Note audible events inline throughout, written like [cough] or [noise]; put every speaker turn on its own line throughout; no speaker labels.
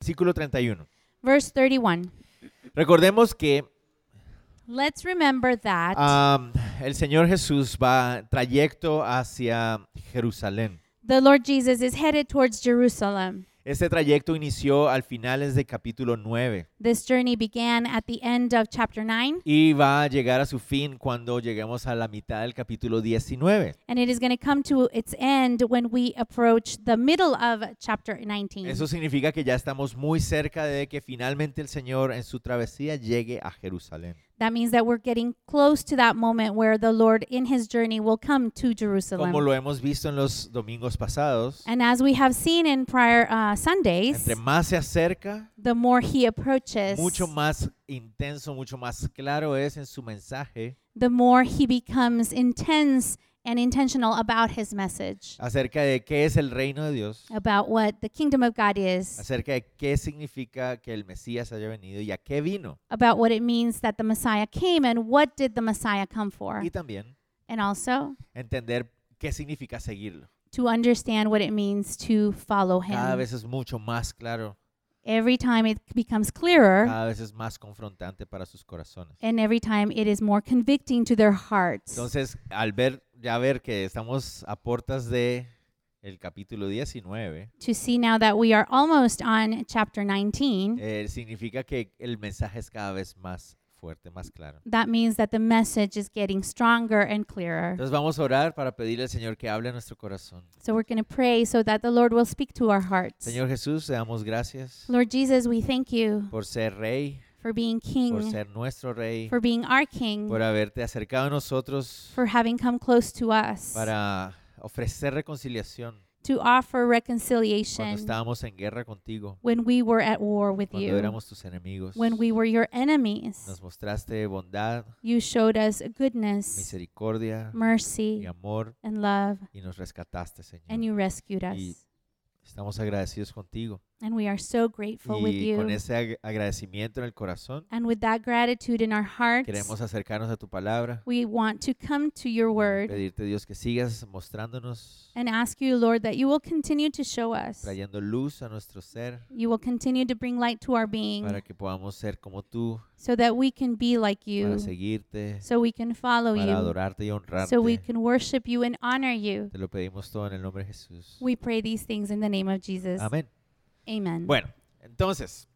versículo 31.
Verse 31.
Recordemos que
Let's remember that
am, el Señor Jesús va trayecto hacia Jerusalén.
the Lord Jesus is headed towards Jerusalem.
Este trayecto inició al finales de capítulo 9
This journey began at the end of chapter 9,
y va a llegar a su fin cuando lleguemos a la mitad del capítulo 19.
and it is going to come to its end when we approach the middle of chapter 19.
Eso significa que ya estamos muy cerca de que finalmente el Señor en su travesía llegue a Jerusalén.
That means that we're getting close to that moment where the Lord in his journey will come to
Como
Jerusalem.
lo hemos visto en los domingos pasados,
And as we have seen in prior uh, Sundays,
entre más se acerca,
the more he approaches,
mucho más intenso, mucho más claro es en su mensaje
the more he becomes intense and intentional about his message,
acerca de qué es el reino de Dios,
about what the kingdom of God is,
acerca de qué significa que el Mesías haya venido y a qué vino.
about what it means that the Messiah came and what did the Messiah come for,
Y también
and also
entender qué significa seguirlo.
to understand what it means to follow
Cada
him.
vez es mucho más claro,
Every time it becomes clearer,
cada vez es más confrontante para sus corazones.
and every time it is more convicting to their hearts.
Entonces, al ver, ya ver que estamos a puertas de el capítulo 19,
to see now that we are almost on chapter 19,
eh, significa que el mensaje es cada vez más fuerte, más claro.
that means that the message is getting stronger and clearer.
Entonces vamos a orar para pedirle al Señor que hable a nuestro corazón.
So we're going to pray so that the Lord will speak to our hearts.
Señor Jesús, te damos gracias
Lord Jesus, we thank you
por ser rey,
for being
por
King,
ser nuestro rey,
for being our King,
por haberte acercado a nosotros
for having come close to us
para ofrecer reconciliación
to offer
cuando
reconciliation
estábamos en guerra contigo,
when we were at war with
cuando
you,
éramos tus enemigos.
when we were your enemies.
Nos mostraste bondad,
You showed us goodness,
misericordia y
mercy,
amor
and love,
y nos rescataste, Señor.
and you rescued us.
Y estamos agradecidos contigo.
And we are so grateful with
Y con
you.
ese ag- agradecimiento en el corazón,
And with that gratitude in our hearts,
queremos acercarnos a tu palabra.
we want to come to your word
Pedirte, Dios, que sigas mostrándonos,
and ask you, Lord, that you will continue to show us.
trayendo luz a nuestro ser
You will continue to bring light to our being
para que podamos ser como tú,
so that we can be like
para
you,
seguirte,
so we can follow
para
you,
adorarte y honrarte.
so we can worship you and honor you.
Te lo pedimos todo en el nombre de Jesús.
We pray these things in the name of Jesus.
Amén.
Amen.
Bueno, entonces,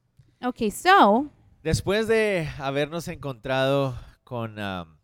Okay, so
Después de habernos encontrado con am,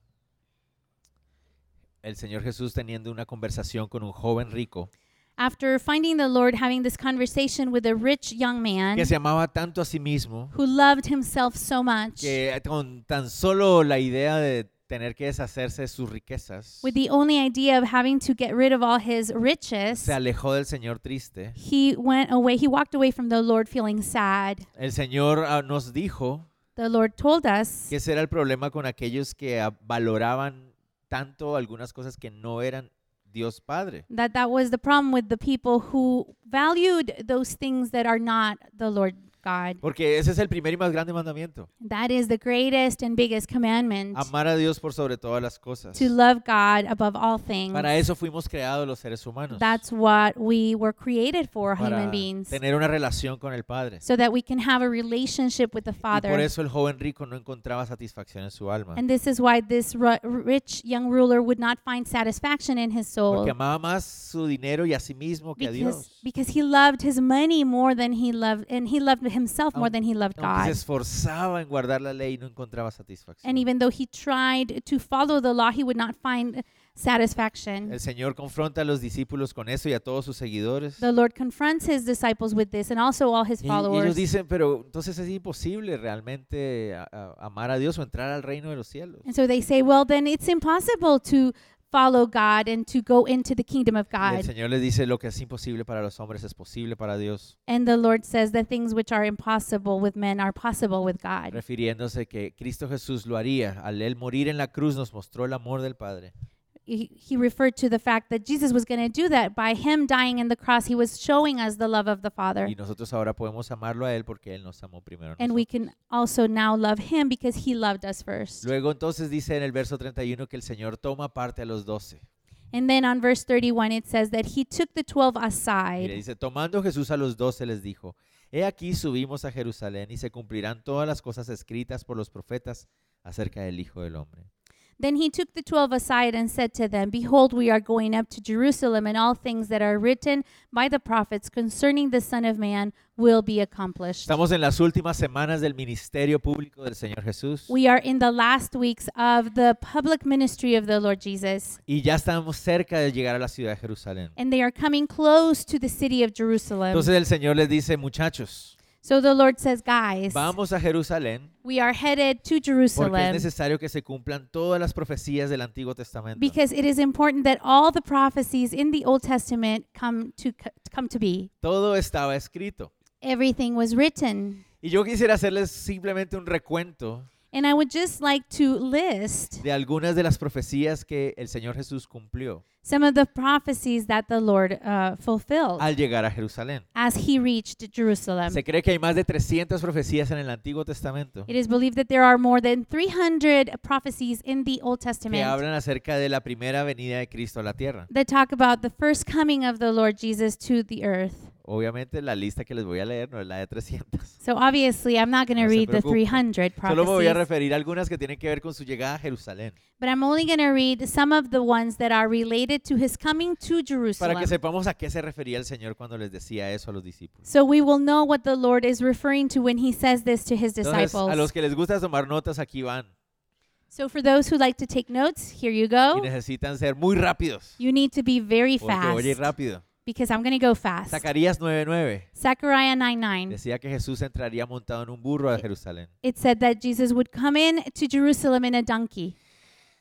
el Señor Jesús teniendo una conversación con un joven rico
after finding the Lord, having this conversation with a rich young man
que se amaba tanto a sí mismo
who loved himself so much,
que con tan solo la idea de tener que deshacerse de sus riquezas
with the only idea of having to get rid of all his riches,
se alejó del Señor triste.
he went away. He walked away from the Lord feeling sad.
El Señor ah, nos dijo
The Lord told us
que ese era el problema con aquellos que ah, valoraban tanto algunas cosas que no eran Dios Padre.
that that was the problem with the people who valued those things that are not the Lord God.
Porque ese es el primer y más grande mandamiento.
That is the greatest and biggest commandment
Amar a Dios por sobre todas las cosas.
Mm. to love God above all things.
Para eso fuimos creados los seres humanos.
That's what we were created for,
para
human beings,
tener una relación con el Padre.
so that we can have a relationship with the
Y por
Father.
eso el joven rico no encontraba satisfacción en su alma.
And this is why this ru- rich young ruler would not find satisfaction in his soul.
Porque amaba más su dinero y a sí mismo que a
because,
Dios.
because he loved his money more than he loved and he loved himself more
Aun-
than he loved
Aunque se
God.
esforzaba en guardar la ley, no encontraba satisfacción.
And even though he tried to follow the law, he would not find satisfaction.
El Señor confronta a los discípulos con eso y a todos sus seguidores.
The Lord confronts his disciples with this and also all his
Y- y ellos
followers.
dicen, pero entonces es imposible realmente a- a- amar a Dios o entrar al reino de los cielos.
And so they say, well, then it's impossible to follow God and to go into the kingdom of
Y el
God.
Señor les dice, lo que es imposible para los hombres es posible para Dios.
And the Lord says, the things which are impossible with men are possible with God.
refiriéndose que Cristo Jesús lo haría. Al él morir en la cruz nos mostró el amor del Padre.
He, he referred to the fact that Jesus was going to do that. By him dying in the cross, he was showing us the love of the Father.
Y nosotros ahora podemos amarlo a él porque él nos amó primero. a
And we
nosotros.
can also now love him because he loved us first.
Luego entonces dice en el verso 31 que el Señor toma parte a los doce.
And then on verse 31, it says that he took the 12
Y le
aside.
dice, tomando Jesús a los doce les dijo, He aquí subimos a Jerusalén y se cumplirán todas las cosas escritas por los profetas acerca del Hijo del Hombre.
Then he took the twelve aside and said to them, Behold, we are going up to Jerusalem, and all things that are written by the prophets concerning the Son of Man will be accomplished.
Estamos en las últimas semanas del ministerio público del Señor Jesús
We are in the last weeks of the public ministry of the Lord Jesus,
y ya estamos cerca de llegar a la ciudad de Jerusalén.
and they are coming close to the city of Jerusalem.
Entonces el Señor les dice, muchachos,
So the Lord says, Guys,
vamos a Jerusalén
we are headed
porque
to
es
Jerusalem
necesario que se cumplan todas las profecías del Antiguo Testamento.
because it is important that all the prophecies in the Old Testament come to, come to be.
Todo estaba escrito.
Everything was written.
Y yo quisiera hacerles simplemente un recuento
And I would just like to list
de algunas de las profecías que el Señor Jesús cumplió
some of the prophecies that the Lord uh, fulfilled
al llegar a Jerusalén.
as he reached Jerusalem.
Se cree que hay más de 300 profecías en el Antiguo Testamento
It is believed that there are more than 300 prophecies in the Old
que
Testament
hablan acerca de la primera venida de Cristo a la tierra.
that talk about the first coming of the Lord Jesus to the earth.
Obviamente la lista que les voy a leer no es la de 300.
So obviously, I'm not going to
No se
read the
preocupe.
300
Solo me voy a
prophecies,
referir a algunas que tienen que ver con su llegada a Jerusalén,
but I'm only going to read some of the ones that are related to his coming to
para que
Jerusalem.
sepamos a qué se refería el Señor cuando les decía eso a los discípulos.
So we will know what the Lord is referring to when he says this to his
Entonces, a los
disciples.
que les gusta tomar notas, aquí van.
So for those who like to take notes, here you
Y
go.
necesitan ser muy rápidos.
You need to be very
Porque voy a ir
fast
rápido.
because I'm going to go fast.
Zacarías 9:9
Zechariah 9 9.
decía que Jesús entraría montado en un burro a Jerusalén.
It said that Jesus would come in to Jerusalem in a donkey.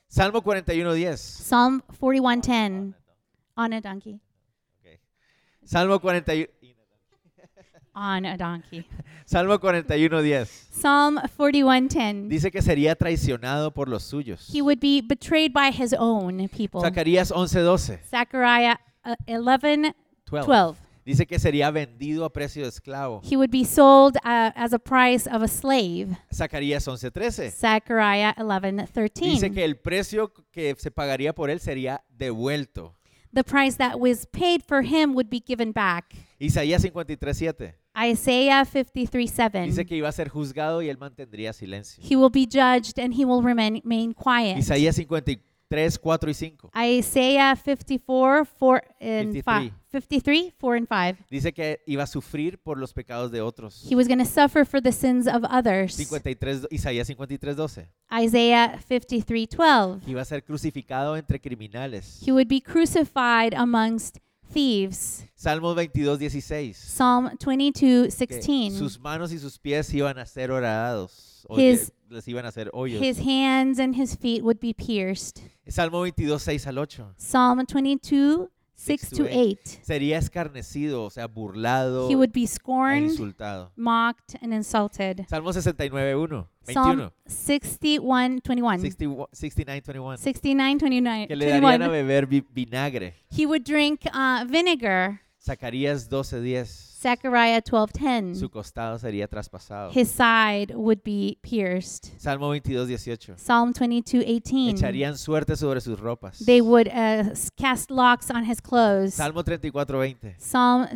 Salmo 41:10.
Psalm 41 10. On a donkey.
Salmo 41
On a donkey. [laughs]
Salmo 41:10.
Psalm 41 10.
Dice que sería traicionado por los suyos.
He would be betrayed by his own people.
Zacarías 11:12.
Zechariah uh, 11 12.
Dice que sería vendido a precio de esclavo.
He would be sold uh, as a price of a slave.
Zacarías 11:13.
Zechariah 11
Dice
13.
que el precio que se pagaría por él sería devuelto.
The price that was paid for him would be given back.
Isaías 53:7.
Isaiah 53 7.
Dice que iba a ser juzgado y él mantendría silencio.
He will be judged and he will remain, remain quiet.
Isaías 53, 4 y
Ah.
5.
Isaiah 54 4 and 5. 53 4 and 5.
Dice que iba a sufrir por los pecados de otros.
He was going to suffer for the sins of others.
53, Isaías 53, 12.
Isaiah 53 12.
Iba a ser crucificado entre criminales.
He would be crucified amongst thieves.
Salmos 22, 16.
Psalm 22
que
16.
sus manos y sus pies iban a ser horadados. O
His-
que les iban a hacer hoyos.
His hands and his feet would be pierced.
Salmo 22, 6 al 8.
Psalm 22
Six
6
to
to 8.
Sería escarnecido, o sea, burlado
He would be
e
scorned,
insultado.
mocked, and insulted.
Salmo 69, 1.
Psalm
21.
61 21.
61, 69, 21.
69 29
Que le darían a
21.
beber vi- vinagre.
He would drink uh, vinegar.
Zacarías 12, 10.
Zechariah 12 10.
Su costado sería traspasado.
His side would be pierced.
Salmo 22, 18.
Psalm 22 18.
Echarían suerte sobre sus ropas.
They would uh, s- cast locks on his clothes.
Salmo 34, 20.
Psalm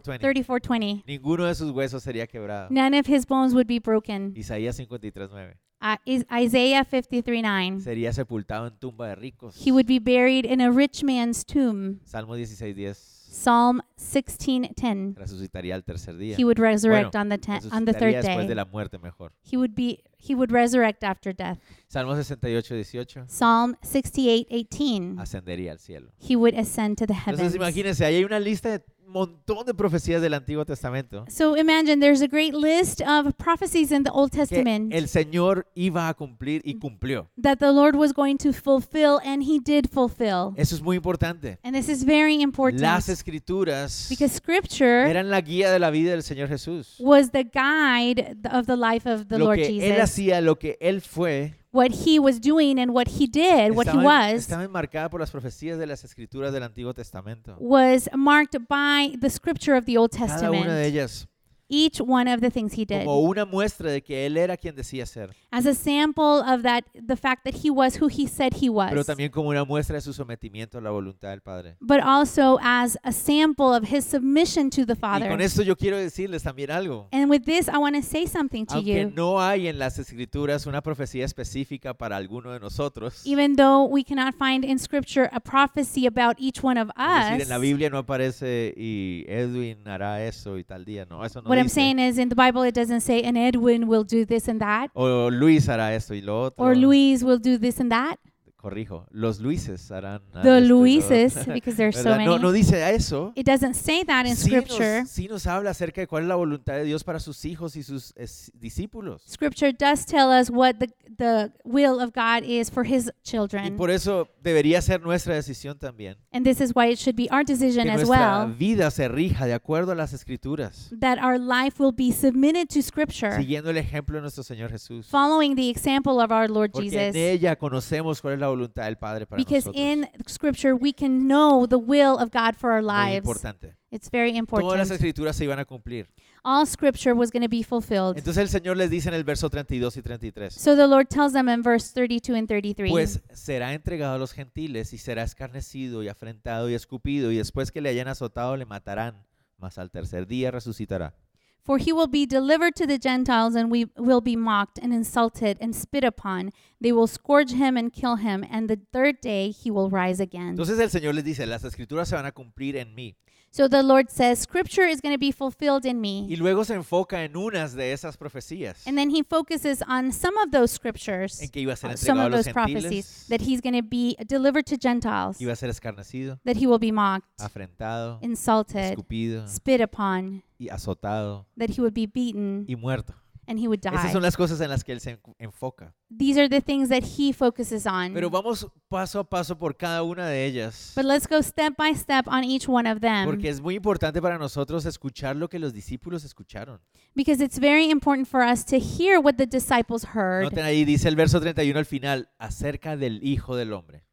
34, 20.
34 20.
Ninguno de sus huesos sería quebrado.
None of his bones would be broken.
Isaías 53, 9.
Uh, is Isaiah 53 9.
Sería sepultado en tumba de ricos.
Mm. He would be buried in a rich man's tomb.
Salmo 16, 10.
Psalm 16 10.
Resucitaría al tercer día.
He would resurrect
Bueno,
on the ten, on the
Resucitaría
third
después de
day.
la muerte mejor.
He would be he would resurrect after death.
Salmo 68, 18.
Psalm 68 18.
Ascendería al cielo.
He would ascend to the
Entonces
heavens.
imagínense, ahí hay una lista de un montón de profecías del Antiguo Testamento
So imagine there's a great list of prophecies in the Old
que
Testament Mm.
el Señor iba a cumplir y cumplió.
that the Lord was going to fulfill, and He did fulfill.
Eso es muy importante.
And this is very important
Las escrituras
because Scripture
eran la guía de la vida del Señor Jesús.
was the guide th- of the life of the
lo
Lord
que él
Jesus.
hacía, lo que él fue,
What He was doing and what He did, what He
estaba,
was,
estaba enmarcada por las profecías de las escrituras del Antiguo Testamento.
was marked by the Scripture of the Old
Cada una de
Testament.
ellas.
each one of the things he did
como una muestra de que él era quien decía ser,
as a sample of that the fact that he was who he said he was.
pero también como una muestra de su sometimiento a la voluntad del Padre.
but also as a sample of his submission to the
Y
Father.
con esto yo quiero decirles también algo.
and with this, I want to say something to
Aunque
you.
no hay en las escrituras una profecía específica para alguno de nosotros, es
Even though we cannot find in Scripture a prophecy about each one of us,
decir, en la Biblia no aparece y Edwin hará eso y tal día, no, eso no
what I'm
dice.
saying is in the Bible it doesn't say, and Edwin will do this and that,
O Luis hará esto y lo otro.
or Luis will do this and that.
Corrijo, los Luises harán
The
esto y lo otro.
Luises,
[laughs]
because there's so
¿Verdad?
many.
No, no dice eso.
it doesn't say that in
Sí
Scripture.
nos, sí nos habla acerca de cuál es la voluntad de Dios para sus hijos y sus es- discípulos.
Scripture does tell us what the, the will of God is for his
Y
children.
por eso debería ser nuestra decisión también.
And this is why it should be our
Que
decision as
nuestra
well
vida se rija de acuerdo a las escrituras,
that our life will be submitted to Scripture,
siguiendo el ejemplo de nuestro Señor Jesús.
following the example of our Lord
Porque en
Jesus.
ella conocemos cuál es la voluntad del Padre para
Because
nosotros.
in Scripture, we can know the will of God for our
Muy
lives.
importante.
It's very
Todas las
important.
escrituras se iban a cumplir.
All Scripture was going to be fulfilled.
Entonces el Señor les dice en el verso 32 y 33.
So the Lord tells them in verse 32 and 33
Pues será entregado a los gentiles y será escarnecido y afrentado y escupido y después que le hayan azotado le matarán, mas al tercer día resucitará.
For he will be delivered to the Gentiles, and we will be mocked and insulted and spit upon. They will scourge him and kill him, and the third day he will rise again.
Entonces el Señor les dice, las escrituras se van a cumplir en mí.
So the Lord says, Scripture is going to be fulfilled in
Y
me.
luego se enfoca en unas de esas profecías,
And then he focuses on some of those scriptures,
en que iba a ser
uh, some
entregado a
of
los
those
gentiles,
prophecies, that he's going to be delivered to Gentiles,
que iba a ser escarnecido,
that he will be mocked,
afrentado,
insulted,
escupido
spit upon,
y azotado
that he would be beaten,
y muerto.
and he would
Esas
die.
son las cosas en las que él se encu- enfoca.
These are the things that he focuses on.
Pero vamos paso a paso por cada una de ellas.
But let's go step by step on each one of them
Porque es muy importante para nosotros escuchar lo que los discípulos escucharon.
because it's very important for us to hear what the disciples heard.
Noten ahí, dice el verso 31 al final, acerca del Hijo del Hombre.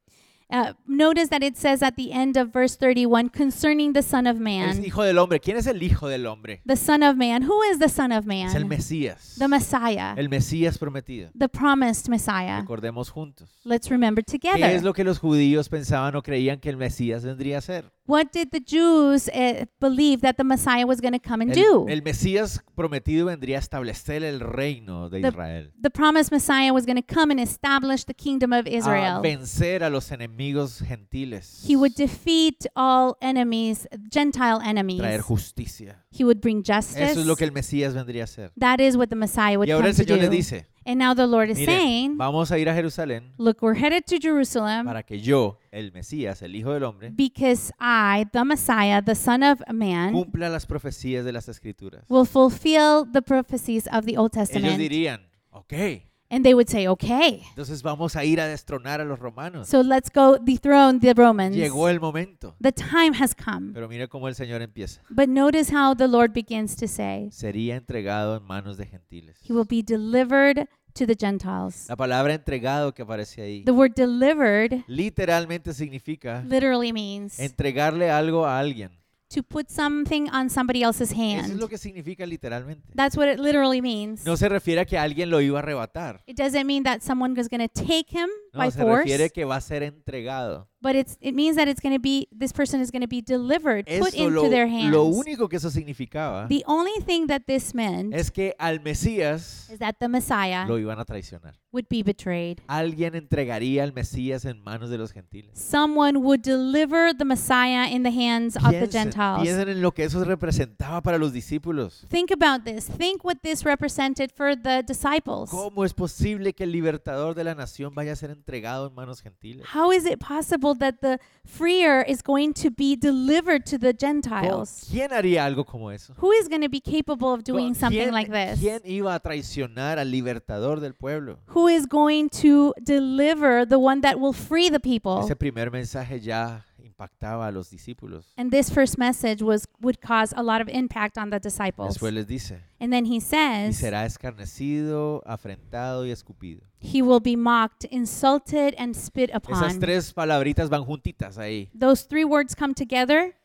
Uh, notice that it says at the end of verse 31 concerning the Son of
El
Man.
Hijo del Hombre. ¿Quién es el Hijo del Hombre?
The Son of Man. Who is the Son of
Es el
Man?
Mesías.
The Messiah,
El Mesías prometido.
the promised Messiah.
Recordemos juntos.
Let's remember
¿Qué es
together.
lo que los judíos pensaban o creían que el Mesías vendría a ser?
What did the Jews uh, believe that the Messiah was going to come and
El,
do?
el Mesías prometido vendría a establecer el reino de
The-
Israel.
The promised Messiah was going to come and establish the kingdom of
A
Israel.
vencer a los enemigos gentiles.
He would defeat all enemies, Gentile
Traer
enemies.
justicia.
He would bring justice.
Eso es lo que el Mesías vendría a ser.
that is what the Messiah would
Y ahora
come
el
to
Señor
do.
les dice,
and now the Lord is
miren,
saying,
vamos a ir a Jerusalén
look, we're headed to Jerusalem
para que yo, el Mesías, el Hijo del Hombre,
because I, the Messiah, the Son of Man,
cumpla las profecías de las Escrituras.
will fulfill the prophecies of the Old
Ellos
Testament.
dirían, ok,
and they would say, okay,
entonces vamos a ir a destronar a los romanos.
so let's go dethrone the Romans.
Llegó el momento.
The time has come.
Pero mira cómo el Señor empieza.
But notice how the Lord begins to say,
Sería entregado en manos de gentiles.
he will be delivered to the Gentiles.
La palabra entregado que aparece ahí
The word delivered
literalmente significa
literally means
entregarle algo a alguien.
to put something on somebody else's
Eso es lo
hand.
que significa literalmente.
That's what it literally means.
No se refiere a que alguien lo iba a arrebatar.
It doesn't mean that someone is going to take him by
No, se
force,
refiere que va a ser entregado.
but it's it means that it's going to be this person is going to be delivered, put
Eso
into
lo,
their
lo
hands.
único que eso significaba
The only thing that this meant
es que al Mesías
is that the Messiah
lo iban a traicionar.
would be betrayed.
Alguien entregaría al Mesías en manos de los gentiles.
Someone would deliver the Messiah in the hands of the
Piensen,
Gentiles.
piensen en lo que eso representaba para los discípulos.
Think about this. Think what this represented for the disciples.
¿Cómo es posible que el libertador de la nación vaya a ser entregado en manos gentiles?
How is it possible that the freer is going to be delivered to the
¿Cómo-
Gentiles?
¿Quién haría algo como eso?
Who is going to be capable of doing
¿Quién-
something like this?
¿Quién iba a traicionar al libertador del pueblo?
Who is going to deliver the one that will free the people?
Ese primer mensaje ya impactaba a los discípulos.
And this first message was would cause a lot of impact on the disciples.
Después les dice,
And then he
y
says,
será escarnecido, afrentado y escupido.
he will be mocked, insulted, and spit
Esas
upon.
tres palabritas van juntitas ahí.
Those three words come together: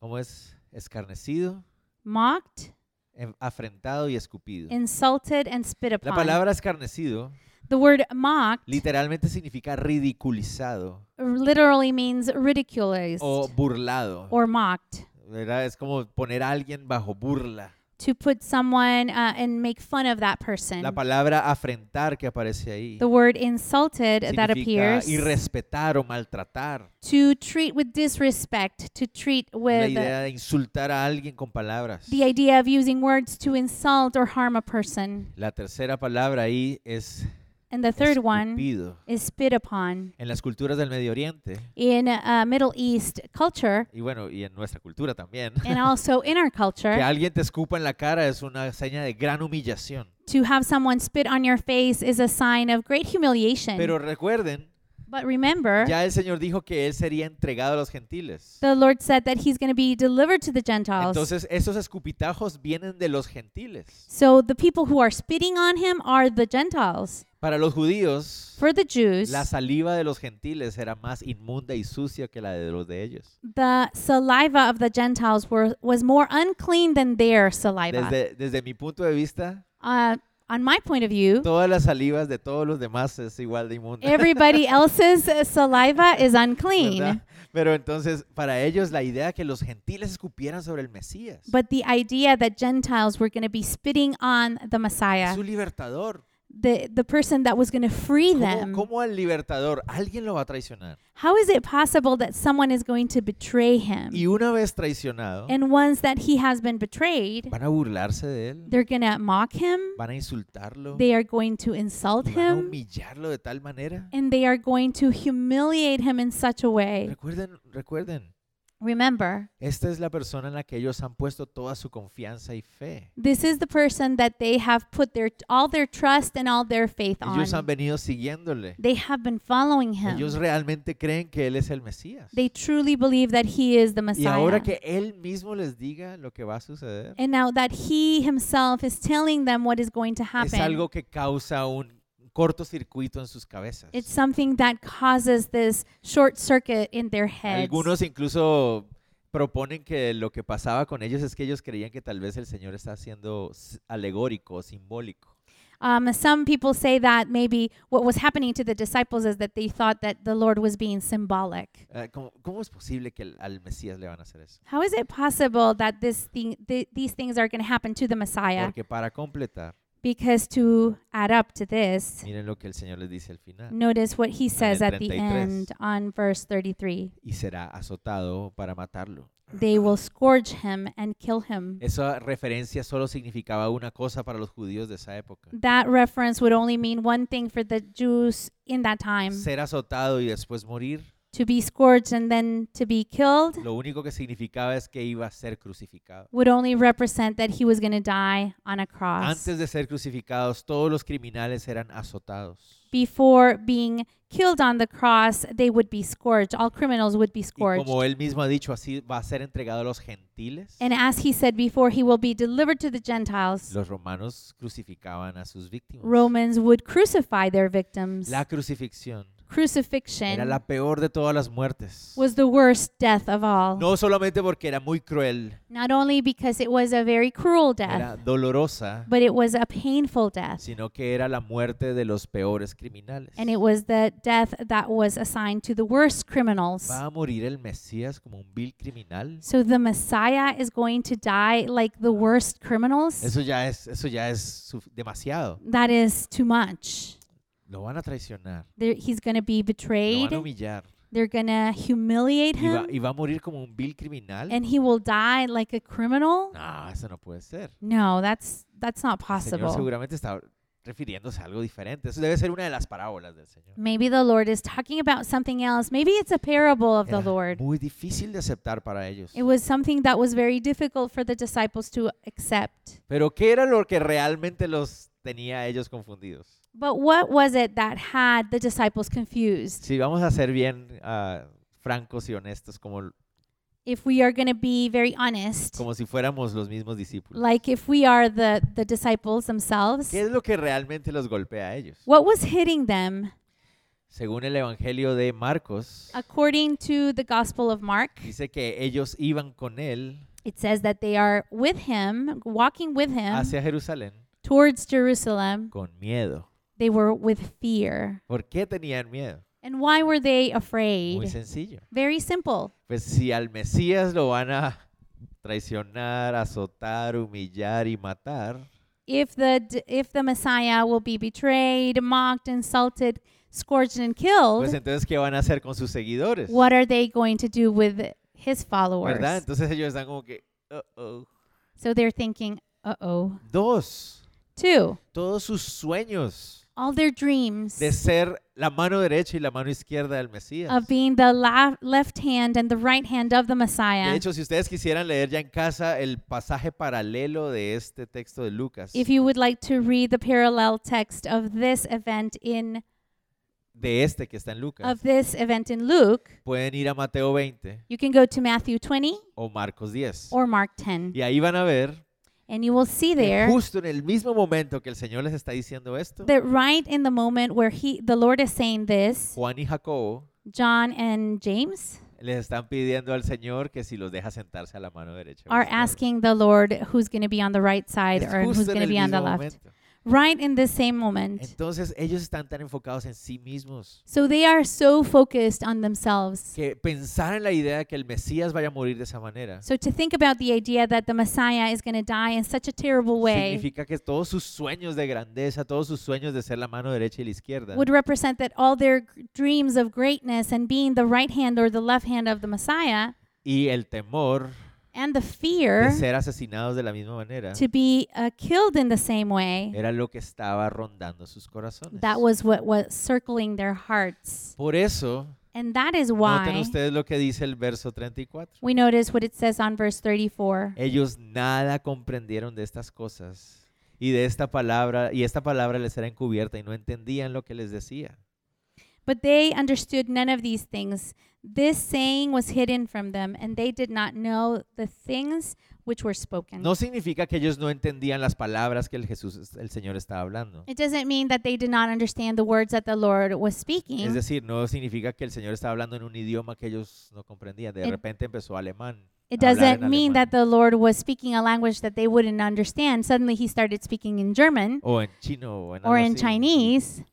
¿Cómo es? Escarnecido,
mocked,
en- afrentado y escupido.
insulted, and spit
La
upon.
palabra escarnecido
the word mocked
literalmente significa ridiculizado
literally means ridiculized
o burlado.
or mocked.
¿verdad? Es como poner a alguien bajo burla.
To put someone uh, and make fun of that person.
La palabra afrentar que aparece ahí
The word insulted that
significa
appears
irrespetar o maltratar.
to treat with disrespect, to treat
La
with
idea de insultar a alguien con palabras.
the idea of using words to insult or harm a person.
La tercera palabra ahí es
And the third one
escupido.
is spit upon.
En las culturas del Medio Oriente
In uh, Middle East culture,
y bueno, y en nuestra cultura también,
and also in
[laughs]
our
que
culture,
alguien te escupa en la cara es una seña de gran humillación.
to have someone spit on your face is a sign of great humiliation.
Pero recuerden,
But remember,
ya el Señor dijo que él sería entregado a los gentiles.
the Lord said that He's going to be delivered to the Gentiles.
Entonces, esos escupitajos vienen de los gentiles.
So the people who are spitting on Him are the Gentiles.
Para los judíos,
For the Jews,
la saliva de los gentiles era más inmunda y sucia que la de los de ellos.
the saliva of the Gentiles were, was more unclean than their saliva.
Desde, desde mi punto de vista,
uh, on my point
[laughs]
of view,
todas las salivas de todos los demás es igual de inmunda.
everybody else's uh, saliva is unclean.
¿verdad? Pero entonces, para ellos, la idea que los gentiles escupieran sobre el Mesías,
But the idea that Gentiles were going to be spitting on the
es
Messiah,
su libertador.
the, the person that was going to free
¿Cómo,
them,
cómo al libertador? Alguien lo va a traicionar.
how is it possible that someone is going to betray him?
Y una vez traicionado,
and once that he has been betrayed,
van a burlarse de él,
they're going to mock him,
van a insultarlo,
they are going to insult
y van a
him,
humillarlo de tal manera.
and they are going to humiliate him in such a way.
Recuerden, recuerden,
Remember,
esta es la persona en la que ellos han puesto toda su confianza y fe.
this is the person that they have put their all their trust and all their faith on.
Ellos han venido siguiéndole.
They have been following him.
Ellos realmente creen que él es el Mesías.
They truly believe that he is the
Y
Messiah.
ahora que él mismo les diga lo que va a suceder,
and now that he himself is telling them what is going to
es
happen,
algo que causa un cortocircuito en sus cabezas.
it's something that causes this short circuit in their heads.
Algunos incluso proponen que lo que pasaba con ellos es que ellos creían que tal vez el Señor está siendo s- alegórico, o simbólico.
Um, some people say that maybe what was happening to the disciples is that they thought that the Lord was being symbolic.
Eh, ¿Cómo, cómo es posible que al- al Mesías le van a hacer eso?
How is it possible that this thing, th- these things are going to happen to the Messiah?
Porque para completar,
Because to add up to this,
miren lo que el Señor les dice al final.
notice what he says
el
at the
33.
end on verse 33.
Y será azotado para matarlo.
They will scourge him and kill him.
Esa referencia solo significaba una cosa para los judíos de esa época.
That reference would only mean one thing for the Jews in that time
Ser azotado y después morir,
to be scourged and then to be killed
lo único que significaba es que iba a ser crucificado.
would only represent that he was going to die on a cross.
Antes de ser crucificados, todos los criminales eran azotados.
Before being killed on the cross, they would be scourged. All criminals would be
Y como
scourged.
él mismo ha dicho, así va a ser entregado a los gentiles.
And as he said before, he will be delivered to the Gentiles.
Los romanos crucificaban a sus víctimas.
Romans would crucify their victims.
La crucifixión era
Crucifixion
la peor de todas las muertes.
was the worst death of all.
No solamente porque era muy cruel,
Not only because it was a very cruel
era
death,
dolorosa,
but it was a painful death.
sino que era la muerte de los peores criminales.
And it was the death that was assigned to the worst criminals.
¿Va a morir el Mesías como un vil criminal?
So the Messiah is going to die like the worst criminals?
Eso ya es, eso ya es suf- demasiado.
That is too much.
Lo van a traicionar,
There- he's going to be
lo van a
betrayed.
humillar
They're going to humiliate
y va,
him.
y va a morir como un vil criminal.
And he will die like a criminal?
No, eso no puede ser.
No, that's that's not
El Señor
possible.
seguramente está refiriéndose a algo diferente. Eso debe ser una de las parábolas del Señor.
Maybe the Lord is talking about something else. Maybe it's a parable of the
Era
Lord.
muy difícil de aceptar para ellos.
It was something that was very difficult for the disciples to accept.
Pero ¿qué era lo que realmente los tenía a ellos confundidos?
But what was it that had the disciples confused?
Si vamos a ser bien ah, francos y honestos, como,
If we are going to be very honest,
como si fuéramos los mismos discípulos.
like if we are the, the disciples themselves,
¿Qué es lo que realmente los golpea a ellos?
what was hitting them?
Según el Evangelio de Marcos,
According to the Gospel of Mark,
dice que ellos iban con él
it says that they are with him, walking with him
hacia Jerusalén
towards Jerusalem.
con miedo.
They were with fear.
¿Por qué tenían miedo?
And why were they
Muy
afraid?
sencillo.
Very simple.
Pues si al Mesías lo van a traicionar, azotar, humillar y matar,
If the d- if the Messiah will be betrayed, mocked, insulted, scourged and
pues
killed,
entonces ¿qué van a hacer con sus seguidores?
what are they going to do with his followers?
¿Verdad? Entonces ellos están como que... "Uh, oh".
So they're thinking, "Uh-oh."
Dos,
Two,
todos sus sueños
all their dreams
de ser la mano derecha y la mano izquierda del Mesías.
of being the la- left hand and the right hand of the
De
Messiah.
hecho, si ustedes quisieran leer ya en casa el pasaje paralelo de este texto de Lucas,
If you would like to read the parallel text of this event in
de este que está en Lucas,
of this event in Luke,
pueden ir a Mateo 20
you can go to Matthew 20
o Marcos 10.
or Mark 10.
[laughs] Y ahí van a ver
And you will see
que
there
justo en el mismo momento que el Señor les está diciendo esto,
that right in the moment where he the Lord is saying this,
Juan y Jacobo
John and James
les están pidiendo al Señor que si los deja sentarse a la mano derecha. o
are
izquierda.
asking the Lord who's going to be on the right side
Es
or who's
justo en
going to
el
be on the
mismo
left.
momento.
Right in this same moment.
Entonces ellos están tan enfocados en sí mismos
So they are so focused on themselves.
que pensar en la idea de que el Mesías vaya a morir de esa manera
So to think about the idea that the Messiah is going to die in such a terrible way
significa que todos sus sueños de grandeza, todos sus sueños de ser la mano derecha y la izquierda,
would represent that all their g- dreams of greatness and being the right hand or the left hand of the Messiah
y el temor
and the
de
fear
ser asesinados de la misma manera,
to be uh, killed in the same way.
era lo que estaba rondando sus corazones.
That was what was circling their hearts.
Por eso,
And that is
noten
why
ustedes lo que dice el verso 34.
we notice what it says on verse 34.
Ellos nada comprendieron de estas cosas y de esta palabra, y esta palabra les era encubierta y no entendían lo que les decía.
But they understood none of these things. This saying was hidden from them, and they did not know the things which were spoken.
No significa que ellos no entendían las palabras que el Jesús, el Señor estaba hablando.
It doesn't mean that they did not understand the words that the Lord was
Es
speaking.
decir, no significa que el Señor estaba hablando en un idioma que ellos no comprendían. De
It-
repente empezó alemán.
It
hablar en
doesn't mean
alemán.
that the Lord was speaking a language that they wouldn't understand. Suddenly he started speaking in German
O en chino. O en, algo
or in
así.
Chinese.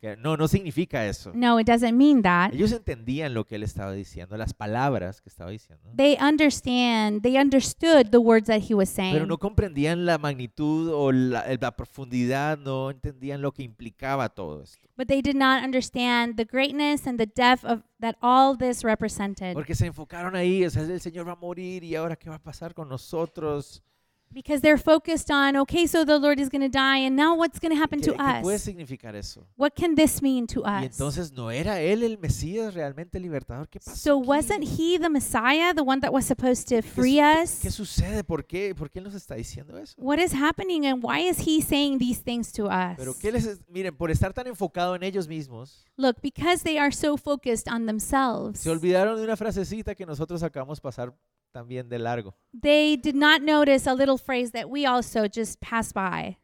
Que No, no significa eso.
No, it doesn't mean that.
Ellos entendían lo que él estaba diciendo, las palabras que estaba diciendo.
They understand, they understood the words that he was
Pero
saying,
no comprendían la magnitud o la, la profundidad, no entendían lo que implicaba todo esto.
but they did not understand the greatness and the depth of that all this represented.
Porque se enfocaron ahí, o sea, el Señor va a morir y ahora qué va a pasar con nosotros.
Because they're focused on, okay, so the Lord is going to die, and now what's going to happen
¿Qué,
to
qué puede
us?
significar eso?
What can this mean to
Y
us?
entonces no era él el Mesías realmente el libertador. ¿Qué pasó?
So
aquí?
wasn't he the Messiah, the one that was supposed
¿Qué
to free
su- qué-
us?
¿Qué sucede? ¿Por qué? ¿Por qué nos está diciendo eso?
What is happening, and why is he saying these things to us?
Pero qué les es- miren, por estar tan enfocado en ellos mismos,
Look, because they are so focused on themselves,
se olvidaron de una frasecita que nosotros acabamos pasar también de largo,
they did not notice a little phrase that we also just passed by.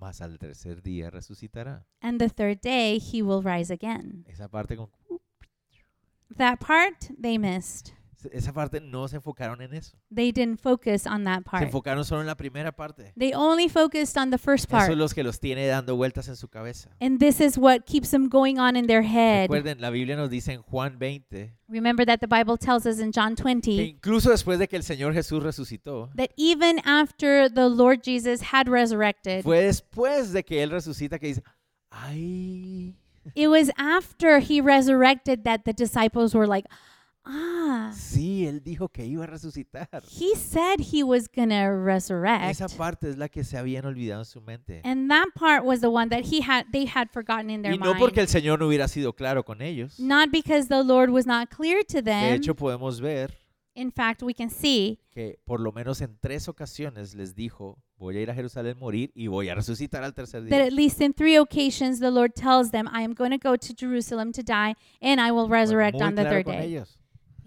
más al tercer día resucitará.
And the third day he will rise again.
Esa parte con-
That part they missed.
se- esa parte no se enfocaron en eso.
They didn't focus on that
Se
part.
enfocaron solo en la primera parte.
They only focused on the first
Eso
part.
es los que los tiene dando vueltas en su cabeza.
And this is what keeps them going on in their head.
Recuerden, la Biblia nos dice en Juan 20
Remember that the Bible tells us in John
que
20
incluso después de que el Señor Jesús resucitó,
that even after the Lord Jesus had resurrected,
fue después de que él resucita que dice, ay,
it was after he resurrected that the disciples were like, ah,
sí, él dijo que iba a resucitar.
he said he was going to resurrect.
Esa parte es la que se habían olvidado en su mente.
And that part was the one that he had they had forgotten in their
Y no
mind.
porque el Señor no hubiera sido claro con ellos.
Not because the Lord was not clear to
De
them.
hecho, podemos ver
in fact, we can see
que por lo menos en tres ocasiones les dijo, voy a ir a Jerusalén morir y voy a resucitar al tercer
that
día.
at least in three occasions the Lord tells them, I am going to go to Jerusalem to die and I will
Fue
resurrect
muy
on the
claro
third
con
day.
ellos.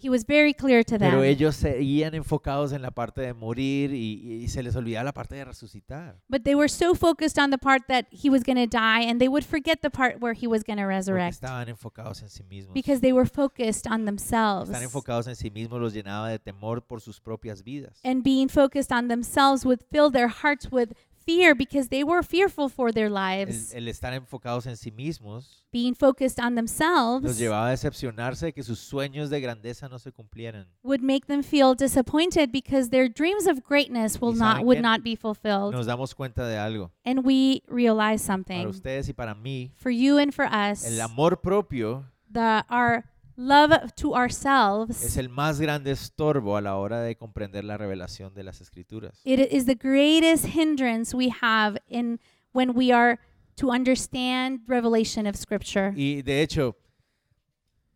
He was very clear to them.
Pero ellos seguían enfocados en la parte de morir y, y se les olvidaba la parte de resucitar.
But they were so focused on the part that he was going to die, and they would forget the part where he was going to
Porque
resurrect
estaban enfocados en sí mismos.
because they were focused on themselves.
Estar enfocados en sí mismos los llenaba de temor por sus propias vidas.
And being focused on themselves would fill their hearts with fear because they were fearful for their
El,
lives.
el estar enfocados en sí mismos
Being focused
los
on themselves
llevaba a decepcionarse de que sus sueños de grandeza no se cumplieran.
would make them feel disappointed because their dreams of greatness will
¿Y
not
saben
would
qué?
not be fulfilled.
Nos damos cuenta de algo.
And we realize
Para
something.
ustedes y para mí,
For you and for us,
el amor propio
the our love to
es
ourselves
el más grande estorbo a la hora de comprender la revelación de las escrituras.
it is the greatest hindrance we have in when we are to understand revelation of scripture.
Y de hecho,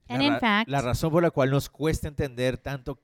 And
la,
in
ra-
fact-
la razón por la cual nos cuesta entender tanto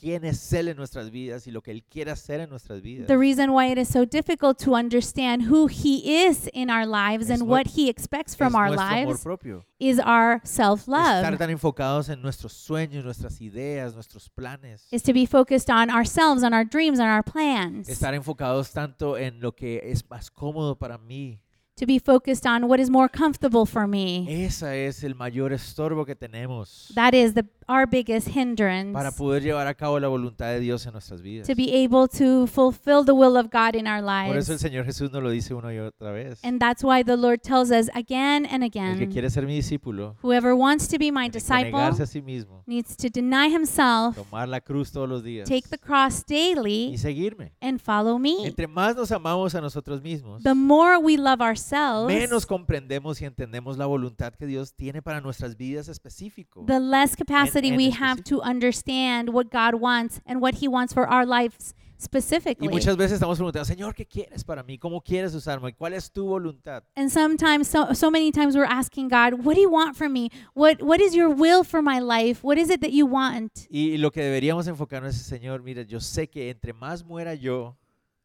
quién es Él en nuestras vidas y lo que Él quiere hacer en nuestras vidas
The reason why it is so difficult to understand who he is in our lives
Es
and
nue-
what he expects from
es
our
nuestro amor
lives
propio.
is our
Estar
self-love.
tan enfocados en nuestros sueños, nuestras ideas, nuestros planes.
Is to be focused on ourselves, on our dreams, on our plans.
Estar enfocados tanto en lo que es más cómodo para mí.
To be focused on what is more comfortable for me.
Ese es el mayor estorbo que tenemos
That is the our biggest hindrance.
para poder llevar a cabo la voluntad de Dios en nuestras vidas.
to be able to fulfill the will of God in our
Por eso el
lives.
Señor Jesús nos lo dice una y otra vez.
And that's why the Lord tells us again and
El que
again
quiere ser mi discípulo,
whoever wants to be my
tiene que negarse
disciple
a sí mismo,
needs to deny himself,
tomar la cruz todos los días
take the cross
y
daily,
seguirme.
and follow me.
Entre más nos amamos a nosotros mismos,
The more we love ourselves,
menos comprendemos y entendemos la voluntad que Dios tiene para nuestras vidas específico.
the less capacity
en
we have to understand what God wants and what He wants for our lives
Y
specifically.
muchas veces estamos preguntando, Señor, ¿qué quieres para mí? ¿Cómo quieres usarme? ¿Cuál es tu voluntad?
And sometimes, so, so many times, we're asking God, "What do you want from me? What What is your will for my life? What is it that you want?"
Y lo que deberíamos enfocarnos es, Señor, mira, yo sé que entre más muera yo,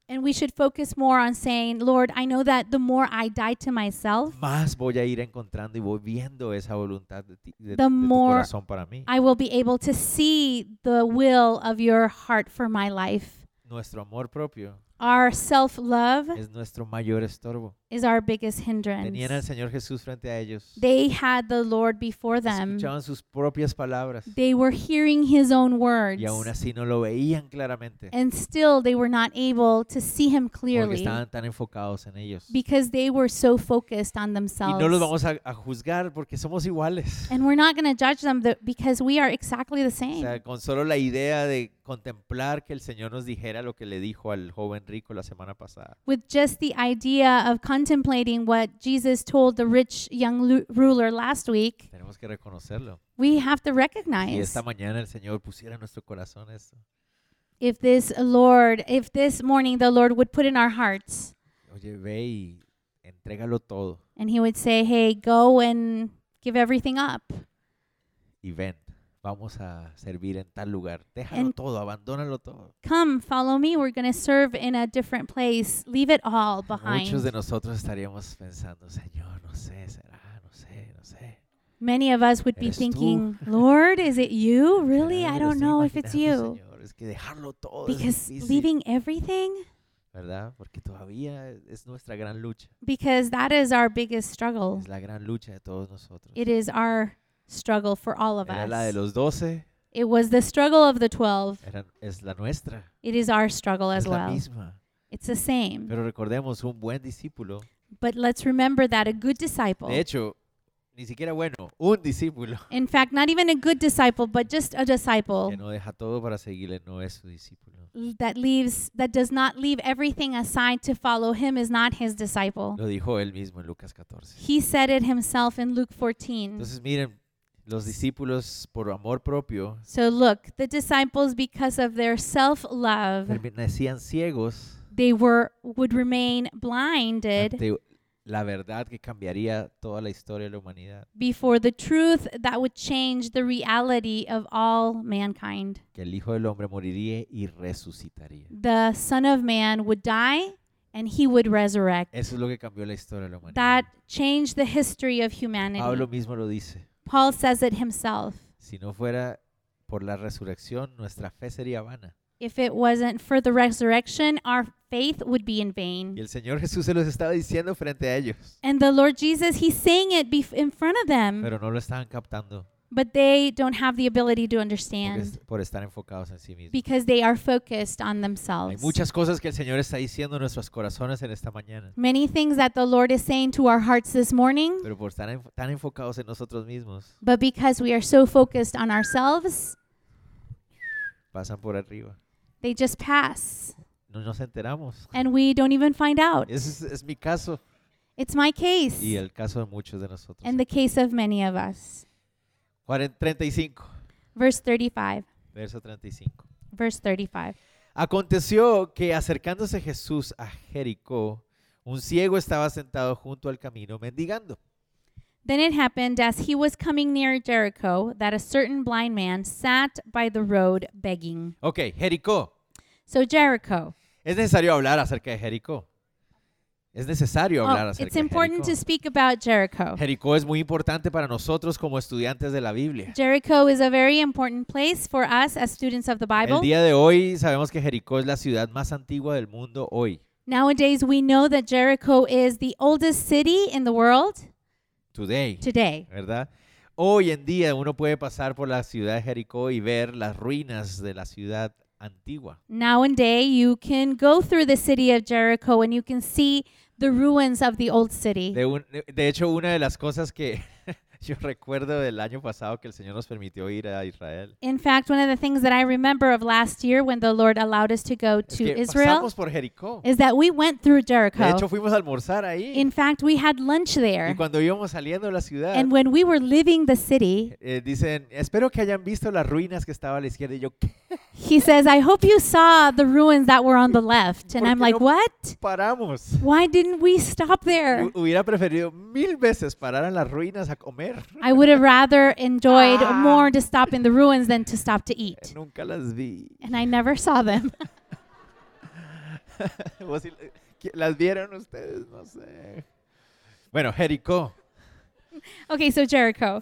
And we should focus more on saying, "Lord, I know that the more I die to myself,
más voy a ir encontrando y voy viendo esa voluntad de, ti- de- de
The
tu
more
corazón para mí.
I will be able to see the will of your heart for my life."
Nuestro amor propio
Our self love
es nuestro mayor estorbo.
is our biggest
Tenían al
hindrance.
Señor Jesús frente a ellos.
They had the Lord before them.
Escuchaban sus propias palabras
They were hearing His own words,
y aún así no lo veían claramente
and still they were not able to see Him
porque
clearly.
estaban tan enfocados en ellos. Y
because they were so focused on themselves.
no los vamos a, a juzgar porque somos iguales.
and we're not going to judge them th- because we are exactly the
O
same.
sea, con solo la idea de contemplar que el Señor nos dijera lo que le dijo al joven rico la semana pasada.
With just the idea of contemplating what Jesus told the rich young lu- ruler last week,
Tenemos que reconocerlo.
we have to
Y
recognize
esta mañana el Señor pusiera en nuestro corazón esto.
if this Lord, if this morning the Lord would put in our hearts
Oye, ve y entrégalo todo
and He would say, hey, go and give everything up
y ven. Vamos a servir en tal lugar. Déjalo
En-
todo, abandónalo todo.
come follow me we're going to serve in a different place leave it all
Muchos
behind
de nosotros estaríamos pensando, Señor, no sé, será, no sé, no sé.
many of us would be
Eres tú.
thinking lord is it you Oh, really
"Ay,
i
me lo
don't
estoy
know if it's
imaginando,
you
Señor, Es que dejarlo todo es
because
difícil",
leaving everything
¿verdad? Porque todavía es nuestra gran lucha.
because that is our biggest struggle
Es la gran lucha de todos nosotros.
it is our struggle for all of
Era la de
us
los doce,
it was the struggle of the 12
era- es la nuestra,
it is our struggle
es
as
la
well
misma.
it's the same
Pero recordemos, un buen discípulo,
but let's remember that a good
de
disciple
hecho, ni siquiera bueno, un discípulo
in fact not even a good disciple but just a disciple
que no deja todo para seguirle, no es su discípulo.
that leaves that does not leave everything aside to follow him is not his disciple.
Lo dijo él mismo en Lucas 14.
He said it himself in Luke 14.
Entonces miren, los discípulos por amor propio
So look, the disciples because of their self-love,
permanecían ciegos
they were would remain blinded
ante la verdad que cambiaría toda la historia de la humanidad,
before the truth that would change the reality of all mankind.
que el Hijo del Hombre moriría y resucitaría.
The son of man would die and he would resurrect.
Eso es lo que cambió la historia de la humanidad.
That changed the history of humanity.
Pablo mismo lo dice.
Paul says it himself.
Si no fuera por la resurrección nuestra fe sería vana.
If it wasn't for the resurrection, our faith would be in
Y
vain.
el Señor Jesús se los estaba diciendo frente a ellos,
And the Lord Jesus, He's saying it bef- in front of them,
pero no lo estaban captando
but they don't have the ability to
porque
understand
es- por estar enfocados en sí mismos.
because they are focused on
Hay
themselves.
muchas cosas que el Señor está diciendo en nuestros corazones en esta mañana,
Many things that the Lord is saying to our hearts this morning,
pero por estar en- tan enfocados en nosotros mismos,
but because we are so focused on ourselves,
pasan por arriba.
they just pass
No nos enteramos.
and we don't even find out.
Ese es, es mi caso
It's my case
y el caso de muchos de nosotros.
and the case of many of us.
Cuaren- 35,
Verse 35.
verso 35.
Verse 35.
Aconteció que acercándose Jesús a Jericó, un ciego estaba sentado junto al camino mendigando.
Then it happened as he was coming near Jericho that a certain blind man sat by the road begging.
Ok, Jericó.
So Jericho.
Es necesario hablar acerca de Jericó. Es necesario hablar
Oh,
acerca
it's
de
important to
Jericó.
speak about Jericho.
Jericó es muy importante para nosotros como estudiantes de la Biblia.
Jericho is a very important place for us as students of the
El
Bible.
día de hoy sabemos que Jericó es la ciudad más antigua del mundo hoy.
Nowadays, we know that Jericho is the oldest city in the world
Today.
today.
¿verdad? Hoy en día uno puede pasar por la ciudad de Jericó y ver las ruinas de la ciudad antigua.
Now and day, you can go through the city of Jericho and you can see the ruins of the old city.
De, un- de hecho, una de las cosas que [laughs] yo recuerdo del año pasado que el Señor nos permitió ir a Israel
In fact, one of the things that I remember of last year when the Lord allowed us to go
es
to
que
Israel
pasamos por Jericó.
is that we went through
De hecho,
Jericho.
fuimos a almorzar ahí.
In fact, we had lunch
Y
there.
cuando íbamos saliendo de la ciudad,
And when we were leaving the city,
eh, dicen, espero que hayan visto las ruinas que estaba a la izquierda. Y yo, ¿qué?
he says, I hope you saw the ruins that were on the left. And
¿Por
I'm
qué
like,
no-
what?
Paramos.
Why didn't we stop there?
Hu- Hubiera preferido mil veces parar en las ruinas a comer.
I would have rather enjoyed
Ah.
more to stop in the ruins than to stop to
Eh,
eat.
Nunca las vi. [laughs]
And I never saw them. [laughs]
Vos sí la- qui- las vieron ustedes, no sé. Bueno, Jericó.
okay, so Jericho.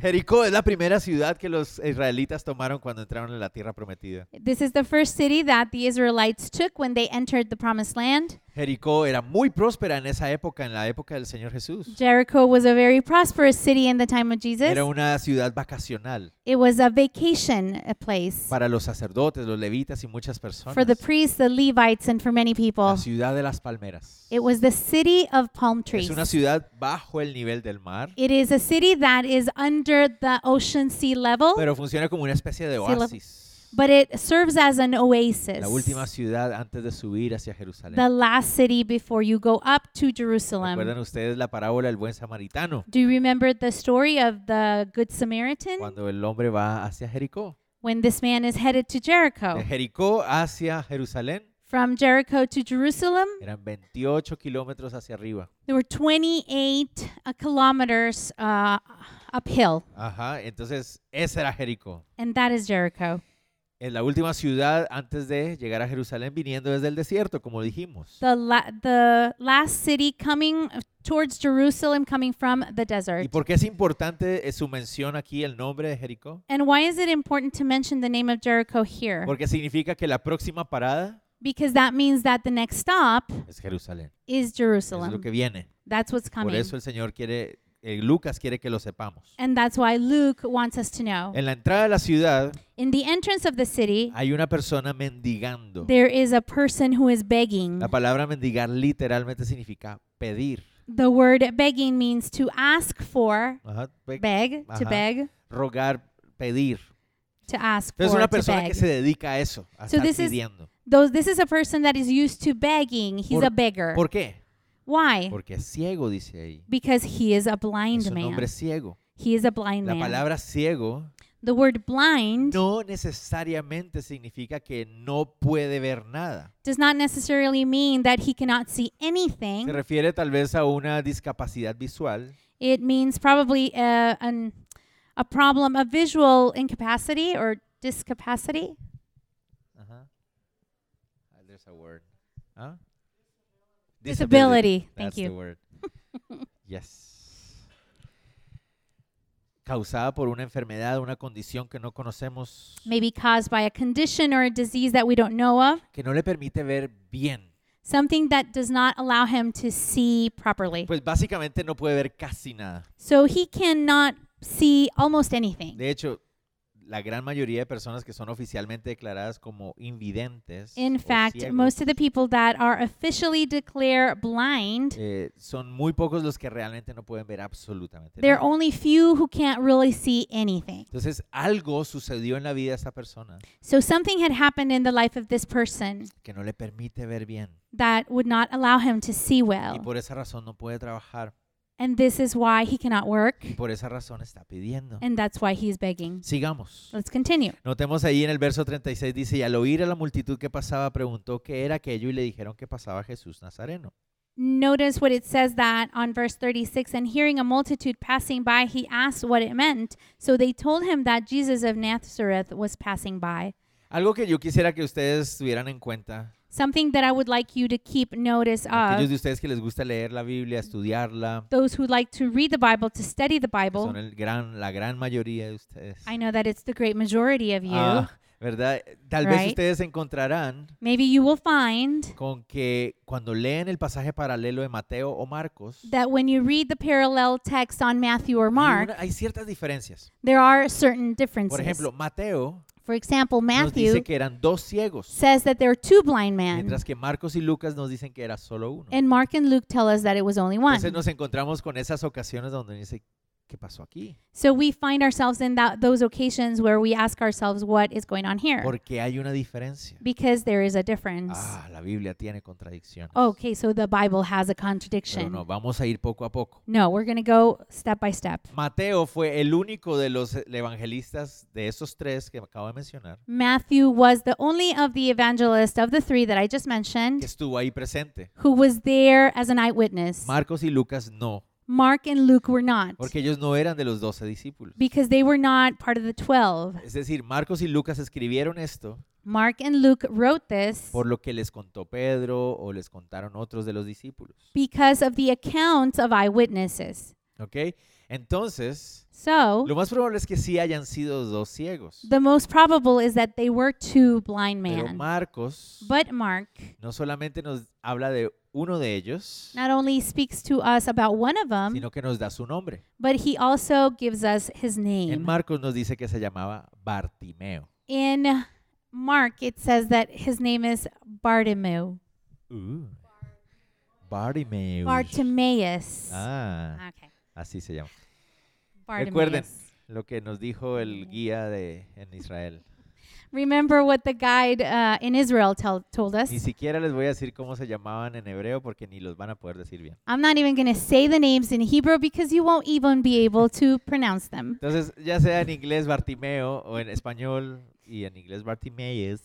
Jericó es la primera ciudad que los israelitas tomaron cuando entraron en la tierra prometida.
This is the first city that the Israelites took when they entered the promised land.
Jericó era muy próspera en esa época, en la época del Señor Jesús.
Jericho was a very prosperous city in the time of Jesus.
Era una ciudad vacacional
It was a vacation uh, place
para los sacerdotes, los levitas y muchas personas.
for the priests, the Levites, and for many
La
people.
ciudad de las palmeras.
It was the city of palm
Es
trees.
una ciudad bajo el nivel del mar,
It is a city that is under the ocean sea level,
pero funciona como una especie de
Sí, lo-
oasis.
but it serves as an oasis.
La última ¿eh? ciudad antes de subir hacia Jerusalén.
the last city before you go up to Jerusalem.
¿Recuerdan ustedes la parábola del buen samaritano?
Do you remember the story of the Good Samaritan?
Cuando el hombre va hacia Jericó.
When this man is headed to
De
Jericho.
Jericó hacia Jerusalén
From Jericho to Jerusalem,
eran 28 kilómetros hacia arriba.
there were 28 uh, kilometers uh, uphill,
Ajá, entonces ese era Jericó.
and that is Jericho.
Es la última ciudad antes de llegar a Jerusalén viniendo desde el desierto, como dijimos.
The, la- the last city coming uh, towards Jerusalem, coming from the desert.
¿Y por qué es importante eh, su mención aquí, el nombre de Jericó?
And why is it important to mention the name of Jericho here?
Porque significa que la próxima parada
Because that means that the next stop
es Jerusalén.
is
Eso es lo
Jerusalem.
que viene.
That's what's
Por
coming.
eso el Señor quiere, eh, Lucas quiere que lo sepamos.
And that's why Luke wants us to know.
En Ah, la entrada de la ciudad
In the entrance of the city,
hay una persona mendigando.
there is a person who is begging.
La palabra mendigar literalmente significa pedir.
The word begging means to ask for,
Ajá, pe-
beg, to
Ajá.
beg,
rogar, pedir.
to ask
Entonces,
for,
una
to
persona que
beg.
se dedica a eso, a
So
estar
this is-
pidiendo.
Those, this is a person that is used to begging. He's
Por-
a beggar.
¿Por qué?
Why?
Porque es ciego, dice ahí.
Because he is a
Es
blind
un hombre
man.
ciego.
He is a blind
La
man.
palabra ciego
The word blind
no necesariamente significa que no puede ver nada.
does not necessarily mean that he cannot see
Se
anything.
refiere tal vez a una discapacidad visual
It means probably uh, an, a problem of visual incapacity or discapacity.
Ajá. Ah, There's a word. Huh?
[laughs] Disability. Thank
That's the
you.
word. yes. causada por una enfermedad, una condición que no conocemos,
may be caused by a condition or a disease that we don't know of,
que no le permite ver bien.
something that does not allow him to see properly.
Pues básicamente no puede ver casi nada.
So he cannot see almost anything.
De hecho, la gran mayoría de personas que son oficialmente declaradas como invidentes
In
o
fact,
ciegos,
most of the people that are officially declared blind,
eh, son muy pocos los que realmente no pueden ver absolutamente
there are
nada.
only few who can't really see anything.
Entonces, algo sucedió en la vida de esta persona
So something had happened in the life of this person
que no le permite ver bien
that would not allow him to see
y
well.
por esa razón no puede trabajar
And this is why he cannot work.
y por esa razón está pidiendo.
And that's why he's begging.
Sigamos.
Let's continue.
Notemos ahí en el verso 36 dice, y al oír a la multitud que pasaba, preguntó qué era aquello y le dijeron que pasaba Jesús Nazareno.
Notice what it says that on verse 36 and hearing a multitude passing by, he asked what it meant. So they told him that Jesus of Nazareth was passing by.
Algo que yo quisiera que ustedes tuvieran en cuenta,
Something that I would like you to keep notice
aquellos
of
de ustedes que les gusta leer la Biblia, estudiarla,
those who like to read the Bible, to study the
que son
Bible.
el gran, la gran mayoría de ustedes.
I know that it's the great majority of you.
Ah, ¿Verdad? Tal vez
Right.
ustedes encontrarán
Maybe you will find
con que cuando leen el pasaje paralelo de Mateo o Marcos,
that when you read the parallel text on Matthew or
hay
Mark,
una- hay ciertas diferencias.
there are certain differences.
Por ejemplo, Mateo
For example,
nos dice
Matthew
que eran dos ciegos,
says that there are two blind men,
mientras que Marcos y Lucas nos dicen que era solo uno.
and Mark and Luke tell us that it was only
Entonces
one.
nos encontramos con esas ocasiones donde dice, ¿qué pasó aquí?
So we find ourselves in that those occasions where we ask ourselves what is going on here
Porque hay una diferencia.
because there is a difference.
Ah, la Biblia tiene contradicciones.
Okay, so the Bible has a
Pero no,
contradiction.
vamos a ir poco a poco.
No, we're going to go step by step.
Mateo fue el único de los evangelistas de esos tres que acabo de mencionar
Matthew was the only of the evangelists of the three that I just
que
mentioned
estuvo ahí presente.
who was there as an eyewitness.
Marcos y Lucas no,
Mark and Luke were not.
porque ellos no eran de los doce discípulos.
because they were not part of the 12.
Es decir, Marcos y Lucas escribieron esto
Mark and Luke wrote this
por lo que les contó Pedro o les contaron otros de los discípulos.
because of the accounts of eyewitnesses.
¿Ok? Entonces,
So,
lo más probable es que sí hayan sido dos ciegos.
the most probable is that they were two blind
Pero
men.
Marcos
But Mark
no solamente nos habla de uno de ellos,
not only speaks to us about one of them,
sino que nos da su nombre.
but he also gives us his
En
name.
Marcos nos dice que se llamaba Bartimeo.
In Mark, it says that his name is Bartimaeus.
Uh, Bartimeus.
Bartimaeus.
Ah,
Okay.
así se llama. Recuerden.
Bartimaeus.
Lo que nos dijo el guía de en Israel.
Remember what the guide uh, in Israel tell, told us. [laughs]
Ni siquiera les voy a decir cómo se llamaban en hebreo porque ni los van a poder decir bien.
I'm not even going to say the names in Hebrew because you won't even be able to pronounce them.
Entonces, ya sea en inglés Bartimeo o en español y en inglés Bartimeus,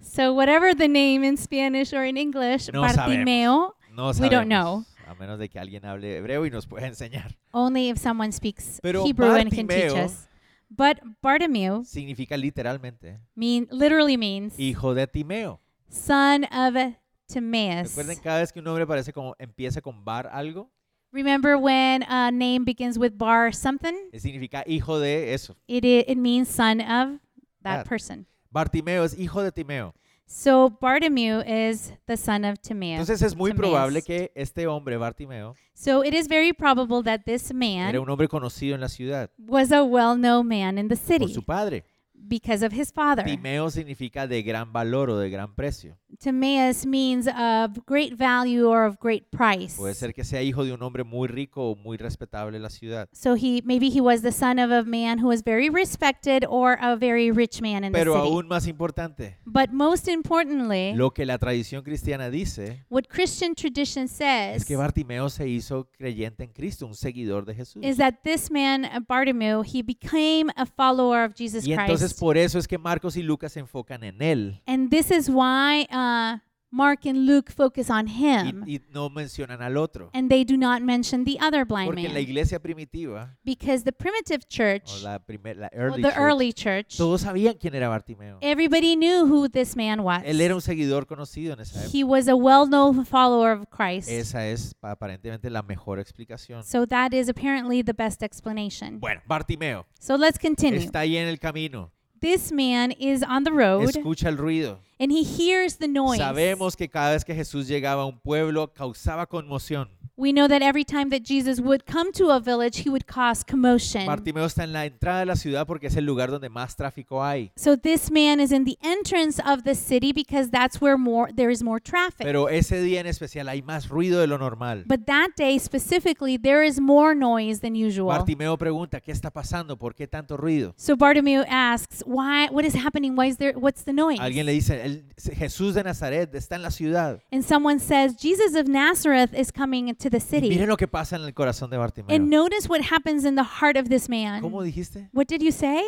So whatever the name in Spanish or in English,
No
Bartimeo,
no
We
sabemos.
don't know.
A menos de que alguien hable hebreo y nos pueda enseñar.
only if someone speaks
Pero
Hebrew and can teach
Bartimeo-
us. But Bartimeo
Significa literalmente
mean literally means
hijo de Timeo.
son of Timaeus.
Recuerden cada vez que un nombre parece como empieza con bar algo,
Remember when a name begins with bar something?
eh, significa hijo de eso.
It i- it means son of
That.
that person.
Bartimeo es hijo de Timeo.
So Bartimeo is the son of Timaeus.
Entonces es muy
Timaeus.
probable que este hombre Bartimeo
So it is very probable that this man
era un hombre conocido en la ciudad
was a well known man in the
por
city
su padre.
because of his father.
Timeo significa de gran valor o de gran precio.
Timaeus means of great value or of great price.
Puede ser que sea hijo de un hombre muy rico o muy respetable en la ciudad.
So he maybe he was the son of a man who was very respected or a very rich man in
Pero
the city.
aún más importante,
but most importantly,
lo que la tradición cristiana dice
what Christian tradition
es
says
que Bartimeo se hizo creyente en Cristo, un seguidor de Jesús.
is that this man uh, Bartimaeus he became a follower of Jesus
Y entonces
Christ.
por eso es que Marcos y Lucas se enfocan en él.
and this is why uh, Mark and Luke focus on him,
y, y no mencionan al otro.
Em. and they do not mention the other blind
Porque en la
man.
iglesia primitiva,
Because the primitive church,
o la, primer- la
or
early
the
church,
early church,
todos sabían quién era Bartimeo.
everybody knew who this man was.
Él era un seguidor conocido en esa época.
He was a well known follower of Christ.
Esa es pa- aparentemente la mejor explicación.
So that is apparently the best explanation.
Bueno, Bartimeo
So let's continue.
está ahí en el camino.
This man is on the road
Escucha el ruido.
and he hears the noise.
Sabemos que cada vez que Jesús llegaba a un pueblo causaba conmoción.
We know that every time that Jesus would come to a village, he would cause commotion.
Bartimeo está en la entrada de la ciudad porque es el lugar donde más tráfico hay.
So this man is in the entrance of the city because that's where more there is more traffic.
Pero ese día en especial hay más ruido de lo normal.
But that day specifically, there is more noise than usual.
Bartimeo pregunta, ¿qué está pasando? ¿Por qué tanto ruido?
So Bartimaeus asks, "Why? What is happening? Why is there? What's the noise?"
Alguien le dice, "El- Jesús de Nazaret está en la ciudad.
And someone says, "Jesus of Nazareth is coming into the
Y
city."
miren lo que pasa en el corazón de
And
Bartimeo.
notice what happens in the heart of this
¿Cómo
man.
dijiste?
What did you say?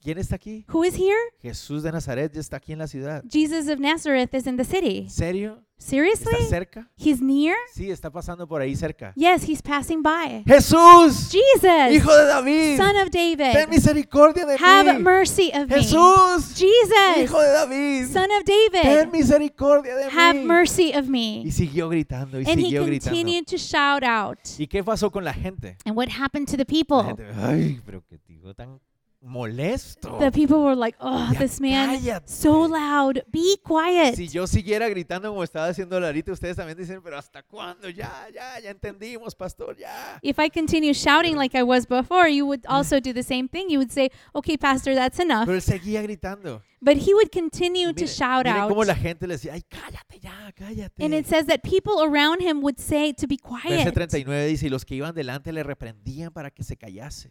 ¿Quién está aquí?
Who is here?
Jesús de Nazaret ya está aquí en la ciudad.
Jesus of Nazareth is in the city.
¿En serio? ¿Está
Seriously?
cerca?
He's near?
Sí, está pasando por ahí cerca.
Yes, he's passing by.
Jesús,
Jesus,
hijo de David,
son of
ten
David,
misericordia de
have
mí.
mercy of me.
Jesús,
Jesus,
hijo de David,
son of
ten
David,
misericordia de
have
mí.
mercy of
Y
me.
siguió gritando y
And he
siguió gritando.
continued to shout out.
¿Y qué pasó con la gente?
And what happened to the
La
people?
gente, ay, pero qué tipo tan molesto.
The people were like, oh,
Ya
this man,
cállate.
so loud, be quiet.
Si yo siguiera gritando como estaba haciendo Larita, ustedes también dicen, pero ¿hasta cuándo? Ya, ya, ya entendimos, pastor, ya.
If I continue shouting like I was before, you would also do the same thing. You would say, okay, pastor, that's enough.
Pero él seguía gritando.
But he would continue to
Miren-
shout
miren
out.
cómo la gente le decía, ay, cállate ya, cállate.
And it says that people around him would say to be
Verse
quiet.
39 dice, y los que iban delante le reprendían para que se callase.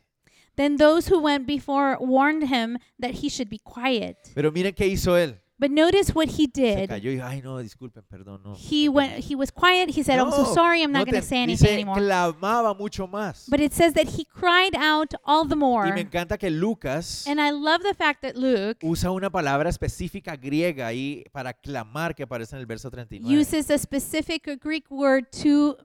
Then those who went before warned him that he should be quiet.
Pero miren qué hizo él.
But notice what he
Se
did.
cayó y dijo, ay, no, disculpen, perdón, no.
He went he was quiet. He said, "I'm so
No,
sorry. I'm
no
not going
te-
to say
dice,
anything anymore."
clamaba mucho más.
But it says that he cried out all
Y
the
me
more.
encanta que Lucas
And I love the fact that Luke
usa una palabra específica griega ahí para clamar que aparece en el verso 39.
uses a specific Greek word to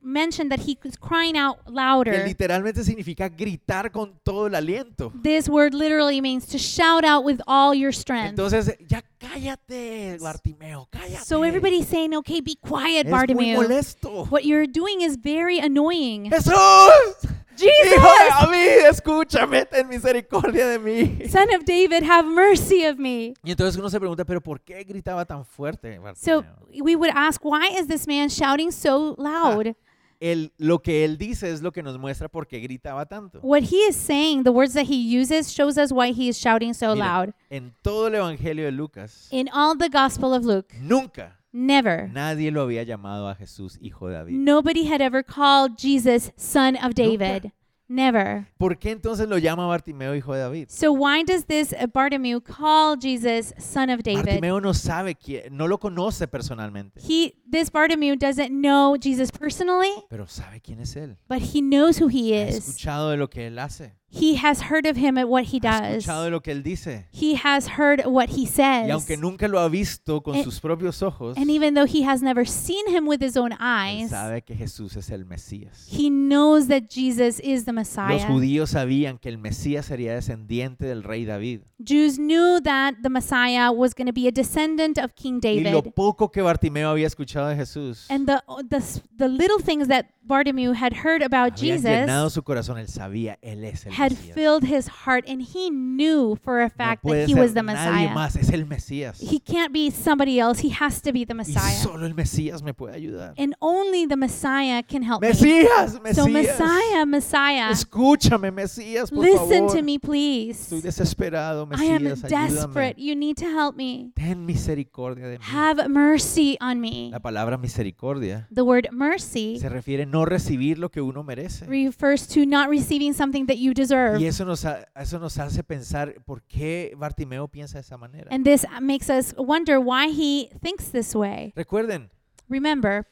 mention that he was crying out
Que
louder.
literalmente significa gritar con todo el aliento.
This word literally means to shout out with all your strength.
Entonces, ya cállate, Bartimeo, cállate.
So everybody's saying, okay, be quiet,
es muy
Bartimaeus.
molesto.
What you're doing is
[laughs]
very annoying.
Jesús, hijo de
Jesus,
David, escúchame, ten misericordia de mí.
son of David, have mercy of me.
Y entonces uno se pregunta, pero ¿por qué gritaba tan fuerte?
So
Bartimeo?
we would ask, why is this man shouting so loud?
Él- lo que él dice es lo que nos muestra por qué gritaba tanto.
What he is saying, the words that he uses, shows us why he is shouting so
Mira,
loud.
En todo el Evangelio de Lucas,
In all the Gospel of Luke,
nunca
never,
nadie lo había llamado a Jesús hijo de David.
nobody had ever called Jesus son of David. Never.
¿Por qué entonces lo llama Bartimeo hijo de David?
So why does this uh, Bartimaeus call Jesus son of David?
Bartimeo no sabe quién, no lo conoce personalmente,
He this Bartimaeus doesn't know Jesus personally,
pero sabe quién es él.
but he knows who he
Ha
is.
escuchado de lo que él hace,
He has heard of him and what he
ha
does.
escuchado de lo que él dice.
He has heard what he
Y
says.
aunque nunca lo ha visto con
And-
sus propios ojos,
Eh, And even though he has never seen him with his own
él
eyes,
sabe que Jesús es el Mesías.
he knows that Jesus is the
Los
Messiah.
judíos sabían que el Mesías sería descendiente del rey David.
Jews knew that the Messiah was going to be a descendant of King
Y lo
David.
poco que Bartimeo había escuchado de Jesús
And the, uh, the s- the little things that Bartimaeus had heard about
habían llenado
Jesus
su corazón. Él sabía, él es el
had
Mesías.
filled his heart, and he knew for a
No
fact
puede
that he was the
ser nadie
Messiah.
más, es el Mesías.
He can't be somebody else. He has to be the
Y
Messiah.
solo el Mesías me puede ayudar.
And only the Messiah can help me.
Mesías,
So
Mesías.
Messiah, Messiah,
Escúchame, Mesías, por
listen to
favor.
me,
Estoy
please.
desesperado,
I am
Mesías,
desperate.
ayúdame.
You need to help me.
Ten misericordia de mí.
Have mercy on me.
La palabra misericordia
The word mercy
se refiere a no recibir lo que uno merece.
refers to not receiving something that you deserve.
Y eso nos, ha- eso nos hace pensar por qué Bartimeo piensa de esa manera.
And this makes us wonder why he thinks this way.
Recuerden,
Remember,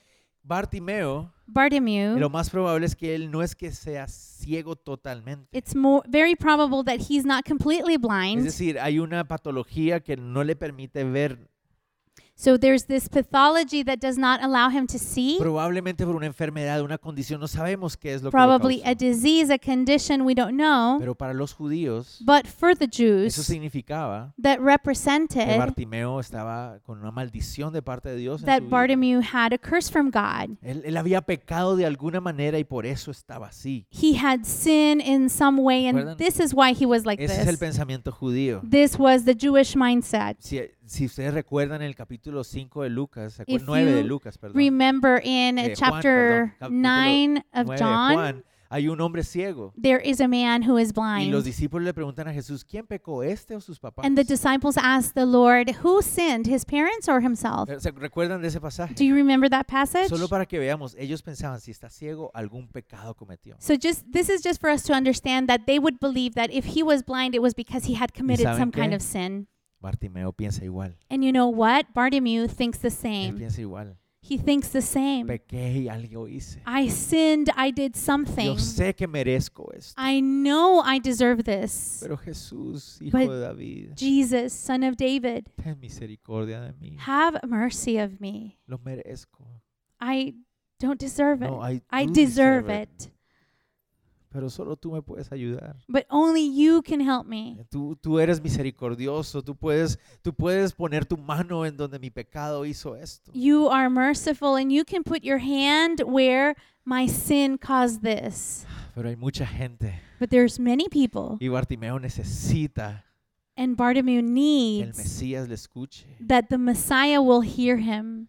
Bartimeo,
Bartimaeus,
lo más probable es que él no es que sea ciego totalmente.
it's more very probable that he's not completely
Es
blind.
decir, hay una patología que no le permite ver
So there's this pathology that does not allow him to see.
Probablemente por una enfermedad, una condición, no sabemos qué es lo que lo
Probably a
causó.
disease, a condition we don't know.
Pero para los judíos,
But for the
eso
Jews,
significaba
that
que
represented
Bartimeo estaba con una maldición de parte de Dios. en su
that
vida.
Bartimaeus had a curse from God.
Él, él había pecado de alguna manera y por eso estaba así.
He had sin in some way,
¿Recuerdan?
and this is why he was like
Ese es el
this.
pensamiento judío.
This was the Jewish mindset.
Si, si ustedes recuerdan el capítulo 5 de Lucas, el
If
9 de
you
Lucas, perdón,
Remember in
De Juan,
chapter
perdón, capítulo
9 of
9 de
John,
Juan, hay un hombre ciego.
there is a man who is
Y los
blind.
discípulos le preguntan a Jesús, ¿quién pecó, este o sus papás?
And the disciples asked the Lord, Who sinned, his parents or himself?
Eh, ¿Se recuerdan de ese pasaje?
Do you remember that passage?
Solo para que veamos, ellos pensaban, si está ciego, algún pecado cometió.
So just this is just for us to understand that they would believe that if he was blind, it was because he had committed
saben
some kind
qué?
of sin.
Bartimeo piensa igual.
And you know what? Bartimaeus thinks the
Él
same.
piensa igual.
He thinks the same.
Pequé y algo hice.
I sinned. I did something.
Yo sé que merezco esto.
I know I deserve this.
Pero Jesús, hijo
But
de David,
Jesus, son of David,
ten misericordia de mí.
have mercy of me.
Lo merezco.
I don't deserve it.
No, I,
I
do
deserve
deserve it,
it.
Pero solo tú me puedes ayudar.
But only you can help me.
Tú, tú eres misericordioso. Tú puedes, tú puedes poner tu mano en donde mi pecado hizo esto.
You are merciful and you can put your hand where my sin caused this.
Pero hay mucha gente.
But there's many people
Y Bartimeo necesita
and Bartimaeus
que el
needs
Mesías le escuche.
that the Messiah will hear him.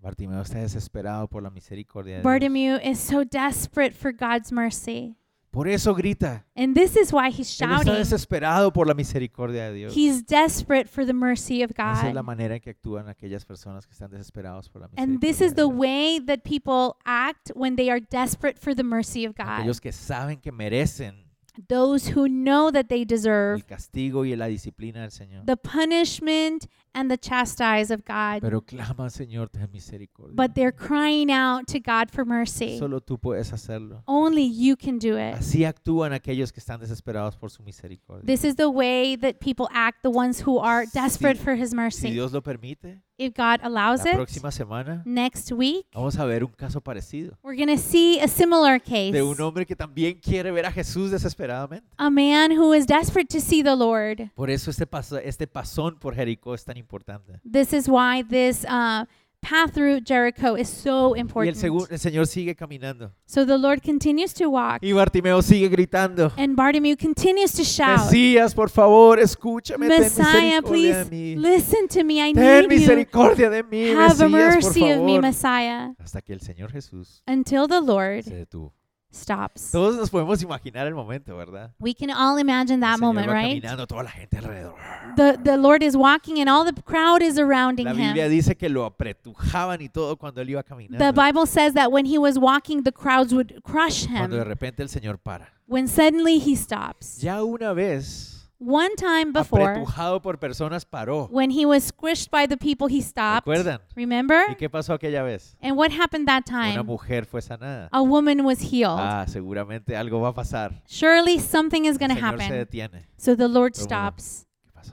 Bartimeo está desesperado por la misericordia de Dios.
Bartimaeus is so desperate for God's mercy.
Por eso grita.
And this is why he's
Él está
shouting.
desesperado por la misericordia de Dios.
He's desperate for the mercy of
Esa es la
God.
manera en que actúan aquellas personas que están desesperados por la misericordia.
And this is
de
the
Dios.
way that people act when they are desperate for the mercy of God.
Aquellos que saben que merecen
Those who know that they
el
deserve
castigo y la disciplina del Señor.
the punishment and the chastise of God,
Pero claman, Señor, ten misericordia.
but they're crying out to God for mercy.
Solo tú puedes hacerlo.
Only you can do it.
Así actúan aquellos que están desesperados por su misericordia.
This is the way that people act, the ones who are
Si-
desperate for His
Si
mercy.
Dios lo permite,
If God allows
la
it,
próxima semana
next week,
vamos a ver un caso parecido
we're going to see a similar case.
de un hombre que también quiere ver a Jesús desesperadamente.
A man who is desperate to see the Lord.
Por eso este, paso, este pasón por Jericó es tan importante.
This is why this uh, path through Jericho is so
Y el, segu-
important.
el Señor sigue caminando.
So the Lord continues to walk,
Y Bartimeo sigue gritando.
and Bartimaeus continues to shout.
Mesías, por favor, escúchame. Ten
Messiah,
misericordia
please
de mí.
listen to me. I
Ten
need you.
misericordia de mí.
Have
Mesías, por
mercy of me,
favor.
Messiah.
Hasta que el Señor Jesús
Until the
se
Lord
detuvo.
stops.
Todos nos podemos imaginar el momento, ¿verdad?
We can all imagine
El
that
Señor
moment,
va
right?
caminando, toda la gente alrededor.
The, the Lord is walking and all the crowd is surrounding
La Biblia
him.
dice que lo apretujaban y todo cuando él iba
The
caminando.
Bible says that when he was walking, the crowds would crush
Cuando de
him.
repente el Señor para.
When suddenly he stops.
Ya una vez,
One time before,
apretujado por personas, paró.
when he was squished by the people, he stopped.
¿Recuerdan?
Remember?
¿Y qué pasó aquella vez?
And what happened that
Una
time?
mujer fue sanada.
A woman was healed.
Ah, seguramente algo va a pasar.
Surely something is
El
going to
Señor se
happen.
detiene.
So the Lord
Todo el mundo.
stops.
¿Qué pasó?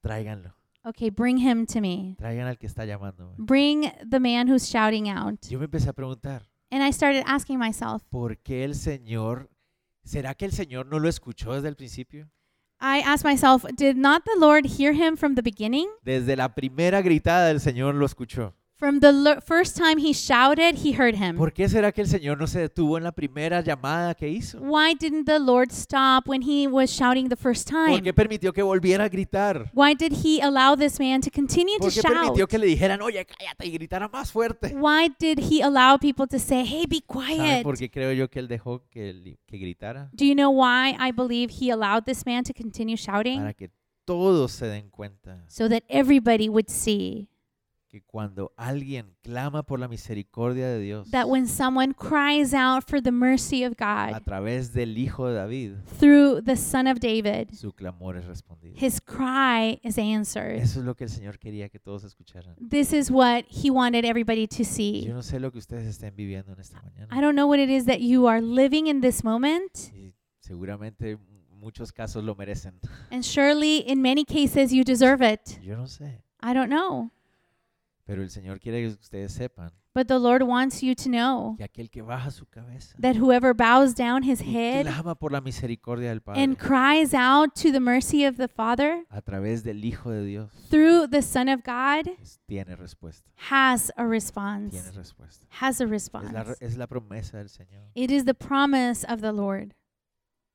Tráiganlo.
Okay, bring him to me.
Traigan al que está llamándome.
Bring the man who's shouting out.
Yo me empecé a preguntar,
And I started asking myself,
¿por qué el Señor? ¿Será que el Señor no lo escuchó desde el principio?
I asked myself, did not the Lord hear him from the beginning?
Desde la primera gritada el Señor lo escuchó.
From the lo- first time he shouted, he heard him.
¿Por qué será que el Señor no se detuvo en la primera llamada que hizo?
Why didn't the Lord stop when he was shouting the first
¿Por
time?
qué permitió que volviera a gritar?
Why did he allow this man to continue to
¿Por qué
shout?
permitió que le dijeran, oye, cállate y gritara más fuerte?
Why did he allow people to say, hey, be
¿Saben
quiet?
por qué creo yo que él dejó que, li- que gritara?
Do you know why I believe he allowed this man to continue shouting?
Para que todos se den cuenta
So that everybody would see
que cuando alguien clama por la misericordia de Dios
that when someone cries out for the mercy of
a
God
través del Hijo de David,
through the Son of David,
su clamor es respondido.
his cry is answered.
Eso es lo que el Señor quería que todos escucharan.
This is what he wanted everybody to
Yo
see.
no sé lo que ustedes estén viviendo en esta
I
mañana.
don't know what it is that you are living in this moment,
Y seguramente muchos casos lo merecen. [laughs]
and surely in many cases you deserve it.
Yo no sé.
I don't know.
Pero el Señor quiere que ustedes sepan
But the Lord wants you to know
que aquel que baja su cabeza,
that whoever bows down his
que
head
clama por la misericordia del Padre
and cries out to the mercy of the Father
a través del Hijo de Dios,
through the Son of God
es- tiene respuesta.
has a
Tiene
response.
respuesta.
Has a
Es la, re-
response.
es la promesa del Señor.
It is the promise of the Lord.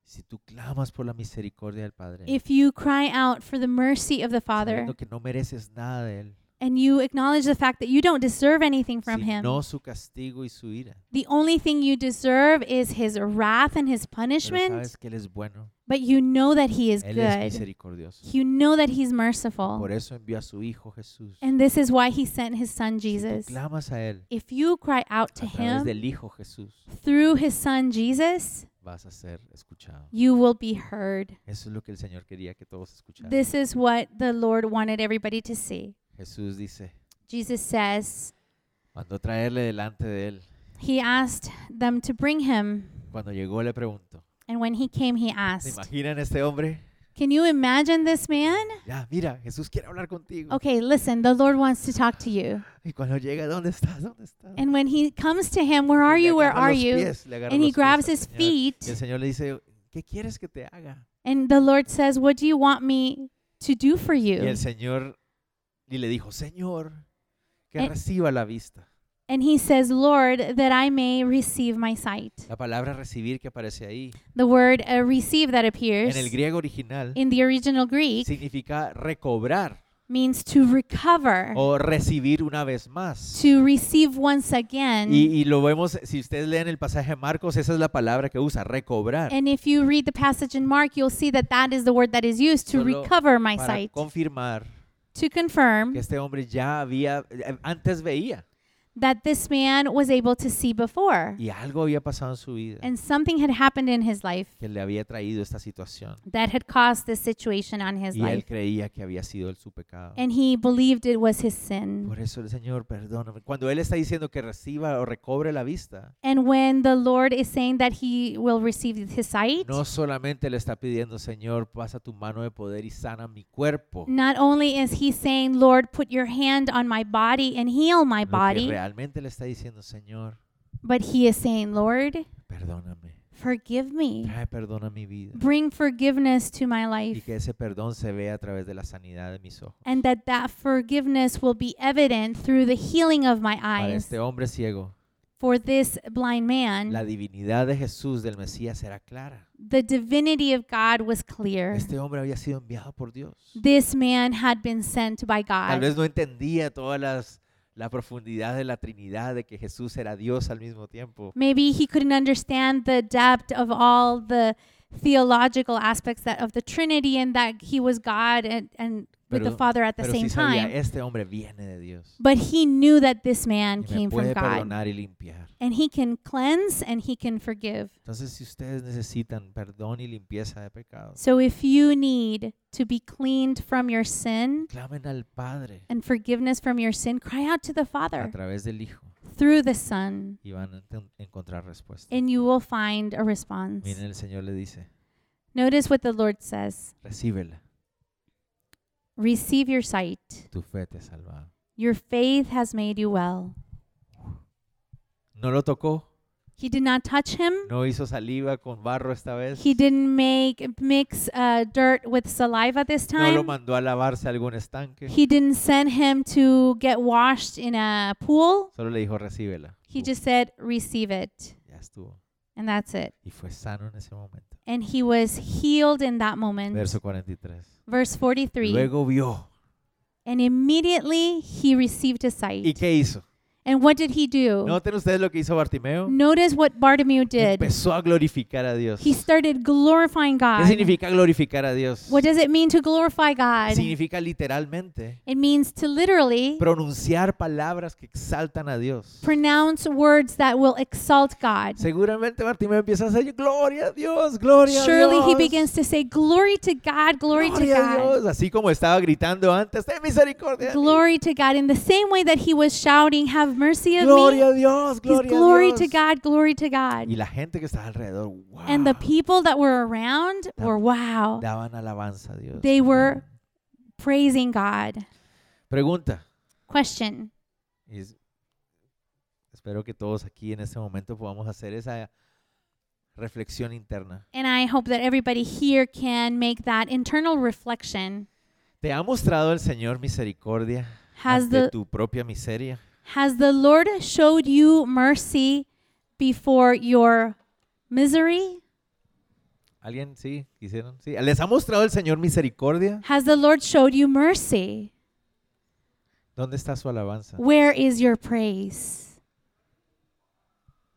Si tú clamas por la misericordia del Padre,
If you cry out for the mercy of the Father
sabiendo que no mereces nada de Él,
and you acknowledge the fact that you don't deserve anything from Him,
sino su castigo y su ira,
the only thing you deserve is His wrath and His
pero
punishment,
sabes que Él es bueno,
but you know that He is
Él es
good.
misericordioso.
You know that He's merciful.
Por eso envió a su Hijo Jesús.
And this is why He sent His Son
Si tú
Jesus.
clamas a Él
If you cry out to
a través
Him
del Hijo Jesús,
through His Son Jesus,
vas a ser escuchado.
you will be heard.
Eso es lo que el Señor quería que todos escucharan.
This is what the Lord wanted everybody to see.
Jesús dice,
Jesus says,
mandó traerle delante de Él.
He asked them to bring Him.
Cuando llegó le preguntó,
And when he came, he
¿se
asked,
imaginan este hombre?
Can you imagine this man?
Ya, mira, Jesús quiere hablar contigo.
Okay, listen, the Lord wants to talk to you.
Y cuando llega, ¿dónde estás? ¿Dónde estás?
And when he comes to him, Where
Y
are
le
you? Where
agarra
are
los
you?
pies, le agarra
And he
los pies al
grabs his
Señor. Y el
feet.
Señor le dice, ¿qué quieres que te haga?
And the Lord says, What do you want me to do for
Y
you?
el Señor y le dijo, Señor, que
Eh.
reciba la vista.
And he says, Lord, that I may receive my sight.
La palabra recibir que aparece ahí,
The word uh, receive that
en
appears
el griego original,
in the original Greek
significa recobrar
means to recover,
o recibir una vez más.
to receive once again.
Y, y lo vemos, si ustedes leen el pasaje de Marcos, esa es la palabra que usa, recobrar.
And if you read the passage in Mark, you'll see that that is the word that is used to
Solo
recover my
Para
sight,
confirmar
to confirm
que este hombre ya había, eh, antes veía,
that this man was able to see before.
y algo había pasado en su vida
And something had happened in his life
que le había traído esta situación.
that had caused this situation on his
Y él
life.
creía que había sido el su pecado.
And he believed it was his sin.
Por eso el Señor, perdóname. Cuando Él está diciendo que reciba o recobre la vista,
And when the Lord is saying that he will receive his sight,
no solamente le está pidiendo, Señor, pasa tu mano de poder y sana mi cuerpo,
not only is he saying, Lord, put your hand on my body and heal my
lo que
body,
realmente le está diciendo, Señor,
but he is saying, Lord,
perdóname,
forgive me.
trae perdón a mi vida
Bring forgiveness to my
y
life.
que ese perdón se vea a través de la sanidad de mis ojos.
and that that forgiveness will be evident through the healing of my
Para
eyes.
este hombre ciego,
For this blind
la
man,
divinidad de Jesús, del Mesías, era clara.
the divinity of God was clear.
Este hombre había sido enviado por Dios.
This man had been sent by
Tal
God.
vez no entendía todas las la profundidad de la Trinidad, de que Jesús era Dios al mismo tiempo.
Maybe he couldn't understand the depth of all the theological aspects that of the Trinity and that he was God and, and with the
Pero-
Father at the
Pero
same
sí sabía,
time.
este hombre viene de Dios.
But he knew that this
Y
man
me
came from
puede
God.
perdonar y limpiar.
And he can cleanse and he can forgive.
Entonces, si ustedes necesitan perdón y limpieza de pecados,
So if you need to be cleaned from your sin,
clamen al Padre
and forgiveness from your sin, cry out to the
a
Father
través del Hijo
through the Son,
y van a enten- encontrar respuesta.
and you will find a response.
Miren, el Señor le dice,
Notice what the Lord says
recíbela,
Receive your sight.
tu fe te salva.
Your faith has made you well.
No lo tocó,
He did not touch him.
no hizo saliva con barro esta vez,
He didn't make mix uh, dirt with saliva this
no lo
time.
mandó a lavarse a algún estanque,
He didn't send him to get washed in a pool.
solo le dijo, recíbela.
He
Uf,
just said, "Receive it,"
ya estuvo.
and that's it.
Y fue sano en ese momento.
And he was healed in that moment.
Verso 43.
Verse 43.
Luego vio.
And immediately he received his sight.
¿Y qué hizo?
And what did he do?
Noten ustedes lo que hizo Bartimeo.
Notice what Bartimaeus did.
Empezó a glorificar a Dios.
He started glorifying
¿Qué
God.
significa glorificar a Dios?
What does it mean to glorify God?
Significa literalmente
It means to literally
pronunciar palabras que exaltan a Dios.
pronounce words that will exalt God.
Seguramente Bartimeo empieza a decir gloria a Dios, gloria
Surely
a Dios.
he begins to say, Glory to God, glory to
"Gloria a
God,
Dios", así como estaba gritando antes, "Ten misericordia. de mí".
glory to God. In the same way that he was shouting, Have mercy of
Gloria
me.
a Dios,
He's
gloria
glory
a
to
Dios.
God, glory to
Y
God.
la gente que estaba alrededor, wow,
And the people that were around were wow.
daban alabanza a Dios.
They were praising God.
Pregunta.
Question.
y es- espero que todos aquí en este momento podamos hacer esa reflexión interna.
And I hope that everybody here can make that internal reflection.
¿Te ha mostrado el Señor misericordia
Has
ante
the
tu propia miseria?
has the Lord showed you mercy before your misery?
¿Alguien? Sí, quisieron. Sí. ¿Les ha mostrado el Señor misericordia?
Has the Lord showed you mercy?
¿Dónde está su alabanza?
Where is your praise?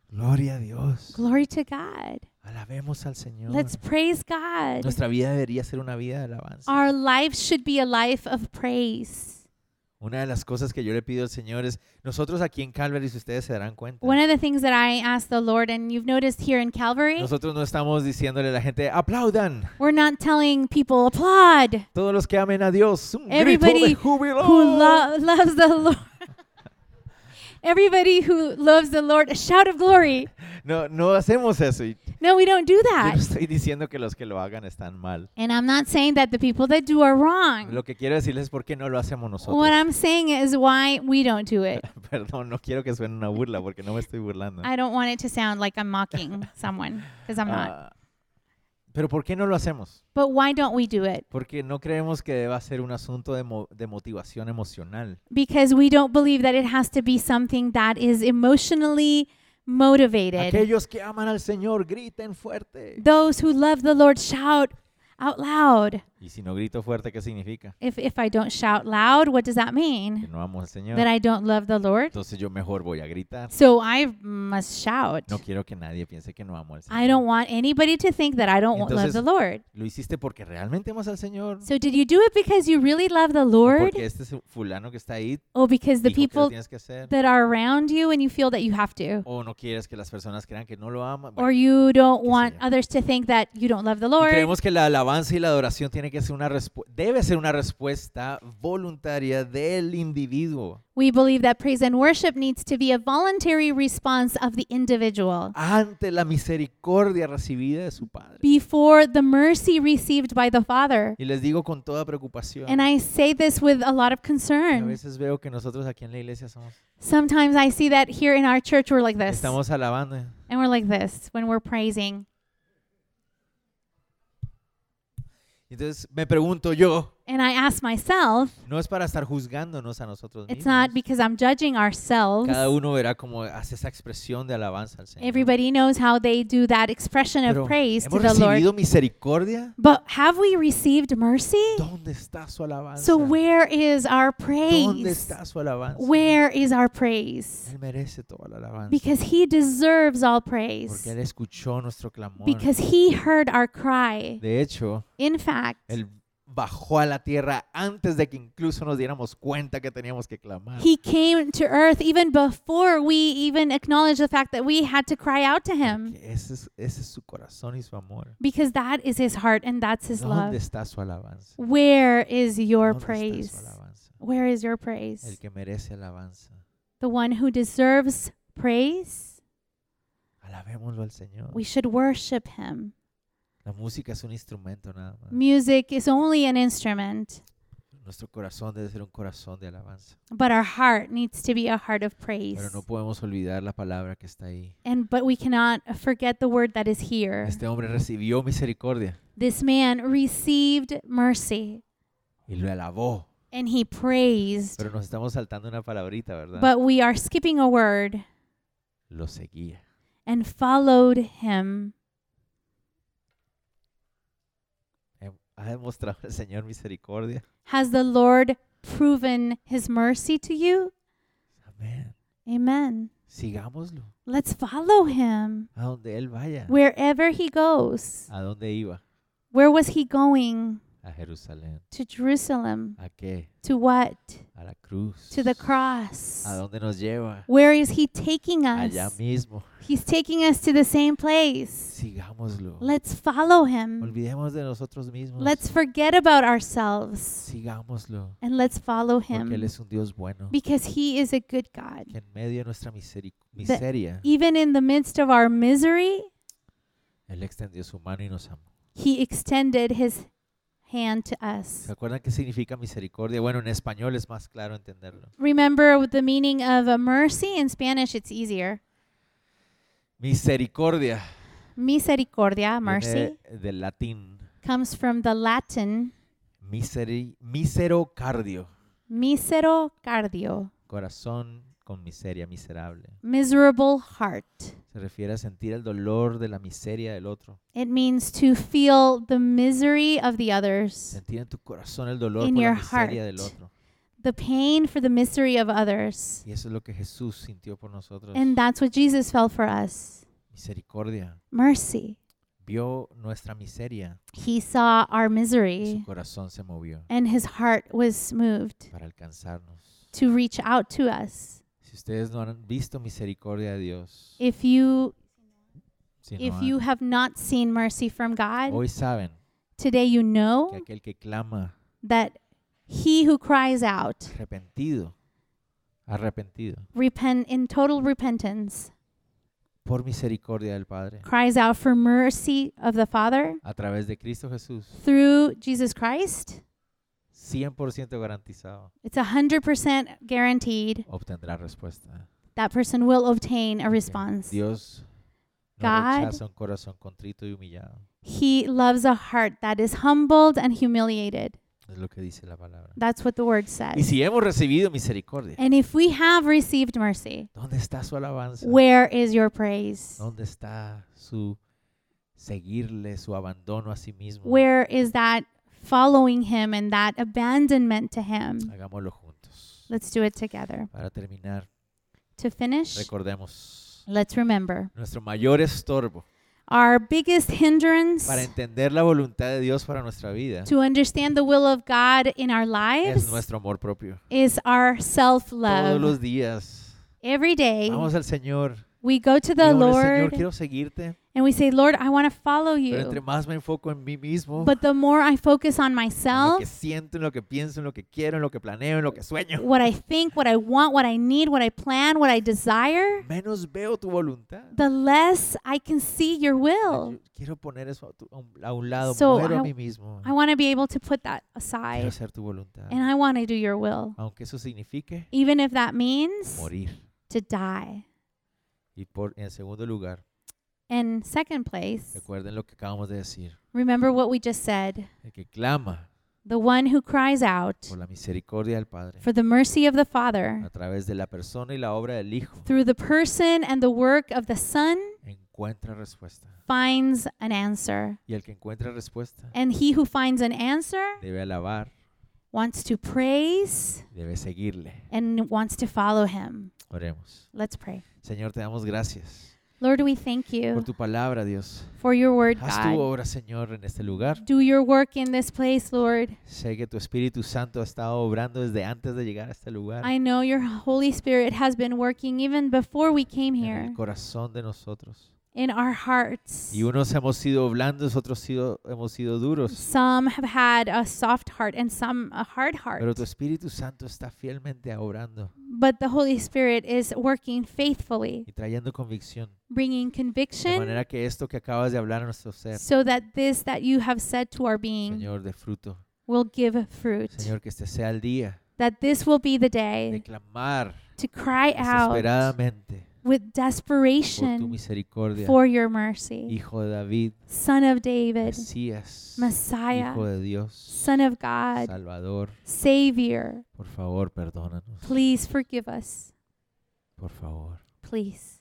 Gloria a Dios.
Glory to God.
Alabemos al Señor.
Let's praise God.
Nuestra vida debería ser una vida de alabanza.
Our life should be a life of praise.
Una de las cosas que yo le pido al Señor es, nosotros aquí en Calvary, si ustedes se darán cuenta,
One of the things that I asked the Lord, and you've noticed here in Calvary,
nosotros no estamos diciéndole a la gente, aplaudan
we're not telling people applaud
todos los que amen a Dios. Un grito
Everybody
de júbilo.
who lo- loves the Lord. Everybody who loves the Lord, a shout of glory.
No, no hacemos eso. Y yo
No, we don't do
no
that.
estoy diciendo que los que lo hagan están mal.
And I'm not saying that the people that do are wrong.
Lo que quiero decirles es por qué no lo hacemos nosotros.
What I'm saying is why we don't do it.
[laughs] Perdón, no quiero que suene una burla porque no me estoy burlando.
I don't want it to sound like I'm [laughs] mocking someone because I'm not.
Ah, pero ¿por qué no lo hacemos?
But why don't we do it?
Porque no creemos que deba ser un asunto de, mo- de motivación emocional.
Because we don't believe that it has to be something that is emotionally motivated.
Aquellos que aman al Señor, griten fuerte.
Those who love the Lord shout out loud.
Y si no grito fuerte, ¿qué significa?
If, if I don't shout loud, what does that
Que
mean?
no amo al Señor.
That I don't love the Lord?
Entonces yo mejor voy a gritar.
So I must shout.
No quiero que nadie piense que no amo al
I don't
Señor.
want anybody to think that I don't wa- love
Entonces-
the Lord.
Lo hiciste porque realmente amas al Señor.
So did you do it because you really love the
¿O
Lord?
Porque este su- fulano que está ahí
Or because the
dijo que lo
people
tienes que hacer.
that are around you and you feel that you have to?
O no quieres que las personas crean que no lo aman. Bueno,
Or you don't
qué sé
want
yo.
others to think that you don't love the
y
Lord?
creemos que la alabanza y la adoración tiene que ser una respu- debe ser una respuesta voluntaria del individuo
We believe that praise and worship needs to be a voluntary response of the individual
ante la misericordia recibida de su Padre.
before the mercy received by the Father.
Y les digo con toda preocupación.
And I say this with a lot of
que
concern.
A veces veo que nosotros aquí en la iglesia somos,
Sometimes I see that here in our church, we're like this.
estamos alabando. eh.
And we're like this when we're praising.
Entonces me pregunto yo,
And I ask myself,
no es para estar juzgándonos a nosotros
it's not
mismos.
because I'm judging ourselves.
Cada uno verá cómo hace esa expresión de alabanza al Señor.
Everybody knows how they do that expression
Pero,
of praise to
¿Hemos
the Lord.
recibido misericordia?
But have we received mercy?
¿Dónde está su alabanza?
So where is our
¿Dónde
praise?
está su alabanza?
Where is our praise?
Él merece toda la alabanza.
Because he deserves all
Porque
praise.
Él escuchó nuestro clamor.
Because he heard our cry.
De hecho,
In fact,
Él bajó a la tierra antes de que incluso nos diéramos cuenta que teníamos que clamar.
he came to earth even before we even acknowledged the fact that we had to cry out to him.
Porque ese es, ese es su corazón y su amor.
Because that is his heart and that's his
¿Dónde
love.
está su alabanza?
Where is your
¿Dónde está
praise?
su alabanza?
Where is your
El
praise?
que merece alabanza.
The one who deserves praise,
Alabémoslo al Señor.
we should worship him.
La música es un instrumento nada más.
Music is only an instrument,
Nuestro corazón debe ser un corazón de alabanza.
but our heart needs to be a heart of praise.
Pero no podemos olvidar la palabra que está ahí.
And but we cannot forget the word that is here.
Este hombre recibió misericordia
This man received mercy
y lo alabó.
and he praised.
Pero nos estamos saltando una palabrita, ¿verdad?
But we are skipping a word
lo seguía.
and followed him.
Hem- Ha demostrado el Señor misericordia.
Has the Lord proven his mercy to you?
Amén.
Amen.
Sigámoslo.
Let's follow him
A donde Él vaya.
wherever he goes.
¿A dónde iba?
Where was he going?
A Jerusalén.
To Jerusalem.
¿A qué?
To what?
A la cruz.
To the
¿A
cross.
dónde nos lleva?
Where is he taking
Allá
us?
mismo.
He's taking us to the same place.
Sigámoslo.
Let's follow him.
Olvidemos de nosotros mismos.
Let's forget about ourselves
Sigámoslo.
and let's follow
Porque Él
him
es un Dios bueno.
because he is a good God.
Que en medio de nuestra miseri- miseria,
Even in the midst of our misery,
Él extendió su mano y nos amó.
he extended his hand to us.
¿Se acuerdan qué significa misericordia? Bueno, en español es más claro entenderlo.
Remember with the meaning of a mercy in Spanish, it's easier.
Misericordia.
Misericordia, mercy,
Viene del latín.
comes from the Latin
Miseri, misericordio.
misericordio,
Corazón con miseria, miserable.
miserable heart.
Se refiere a sentir el dolor de la miseria del otro.
It means to feel the misery of the others,
Sentir en tu corazón el dolor
In
por la
your
miseria
heart.
del otro.
the pain for the misery of others.
Y eso es lo que Jesús sintió por nosotros.
And that's what Jesus felt for us
Misericordia.
mercy.
Vio nuestra miseria
He saw our
y su
misery,
corazón se movió
and his heart was moved
para alcanzarnos.
to reach out to us.
Si ustedes no han visto misericordia de Dios,
If you
si no
if
han-
you have not seen mercy from God,
hoy saben
today you
que
know
aquel que clama
that he who cries out
arrepentido, arrepentido,
repent in total repentance
por misericordia del Padre,
cries out for mercy of the Father
a través de Cristo Jesús,
through Jesus Christ,
100% garantizado,
it's 100% guaranteed
obtendrá respuesta.
that person will obtain a response.
Dios no
God-
rechaza un corazón contrito y humillado.
He loves a heart that is humbled and humiliated.
Es lo que dice la palabra.
That's what the word
Y
says.
si hemos recibido misericordia,
And if we have received mercy,
¿dónde está su alabanza?
where is your praise?
¿Dónde está su seguirle, su abandono a sí mismo?
Where is that following him and that abandonment to him?
Hagámoslo juntos.
Let's do it together.
Para terminar,
To finish,
recordemos,
let's remember
nuestro mayor estorbo
our biggest hindrance
para entender la voluntad de Dios para nuestra vida
to understand the will of God in our
es
lives
nuestro amor propio.
is our self
Todos
love.
los días
Every day,
vamos al Señor.
we go to the
Digámosle, Señor,
Lord
quiero seguirte,
and we say, Lord, I want to follow
pero entre
you.
más me enfoco en mí mismo,
But the more I focus on
en lo
myself,
que siento, en lo que pienso, en lo que quiero, en lo que planeo, en lo que sueño,
what I think, what I want, what I need, what I plan, what I desire,
menos veo tu voluntad.
the less I can see your
Yo
will.
Quiero poner eso a, tu- a un, a un lado,
So,
muero a mí
I-
mismo.
I want to be able to put that
Quiero
aside
hacer tu voluntad,
and I want to do your will,
aunque eso signifique
even if that means
morir.
to die.
Y por, en segundo lugar,
In second place,
recuerden lo que acabamos de decir.
remember what we just said
El que clama
the one who cries out
por la misericordia del Padre
for the mercy of the
a
Father
través de la persona y la obra del Hijo
through the person and the work of the Son
encuentra respuesta.
finds an answer.
Y el que encuentra respuesta
And he who finds an answer
debe alabar,
wants to praise
debe seguirle.
and wants to follow him.
Oremos.
Let's pray.
Señor, te damos gracias
Lord, we thank
por
you
tu palabra, Dios.
for your word,
Haz tu
God.
obra, Señor, en este lugar.
Do your work in this place, Lord.
Sé que tu Espíritu Santo ha estado obrando desde antes de llegar a este lugar
I know your Holy Spirit has been working even before we came
en el
here
corazón de nosotros.
in our hearts.
Y unos hemos sido blandos, otros sido, hemos sido duros.
Some have had a soft heart and some a hard
Pero
heart.
tu Espíritu Santo está fielmente obrando
But the Holy Spirit is working faithfully,
y trayendo convicción.
bringing
De
conviction
manera que esto que acabas de hablar a nuestro ser,
so that this that you have said to our being
Señor, de fruto.
will give fruit.
Señor, que este sea el día
That this will be the
de
day
clamar
to cry out
desesperadamente
with
por tu
desperation
misericordia.
for your mercy.
Hijo de David,
Son of David,
Mesías, Hijo
Messiah,
de Dios,
Son of God,
Salvador,
Savior,
por favor, perdónanos.
please forgive us.
Por favor.
Please.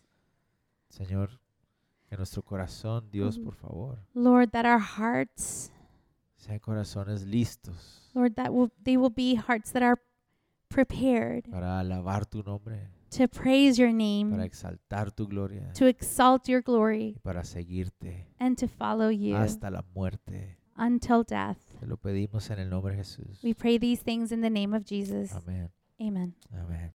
Señor, que nuestro corazón, Dios,
Mm-hmm.
por favor,
Lord, that our hearts,
sean corazones listos
Lord, that will, they will be hearts that are prepared
para alabar tu nombre,
to praise your
para
name,
exaltar tu gloria
to exalt your
y
glory,
para seguirte
and to follow you
hasta la muerte.
until death.
Te lo pedimos en el nombre de Jesús.
We pray these things in the name of Jesus.
Amén.
Amen.
Amén.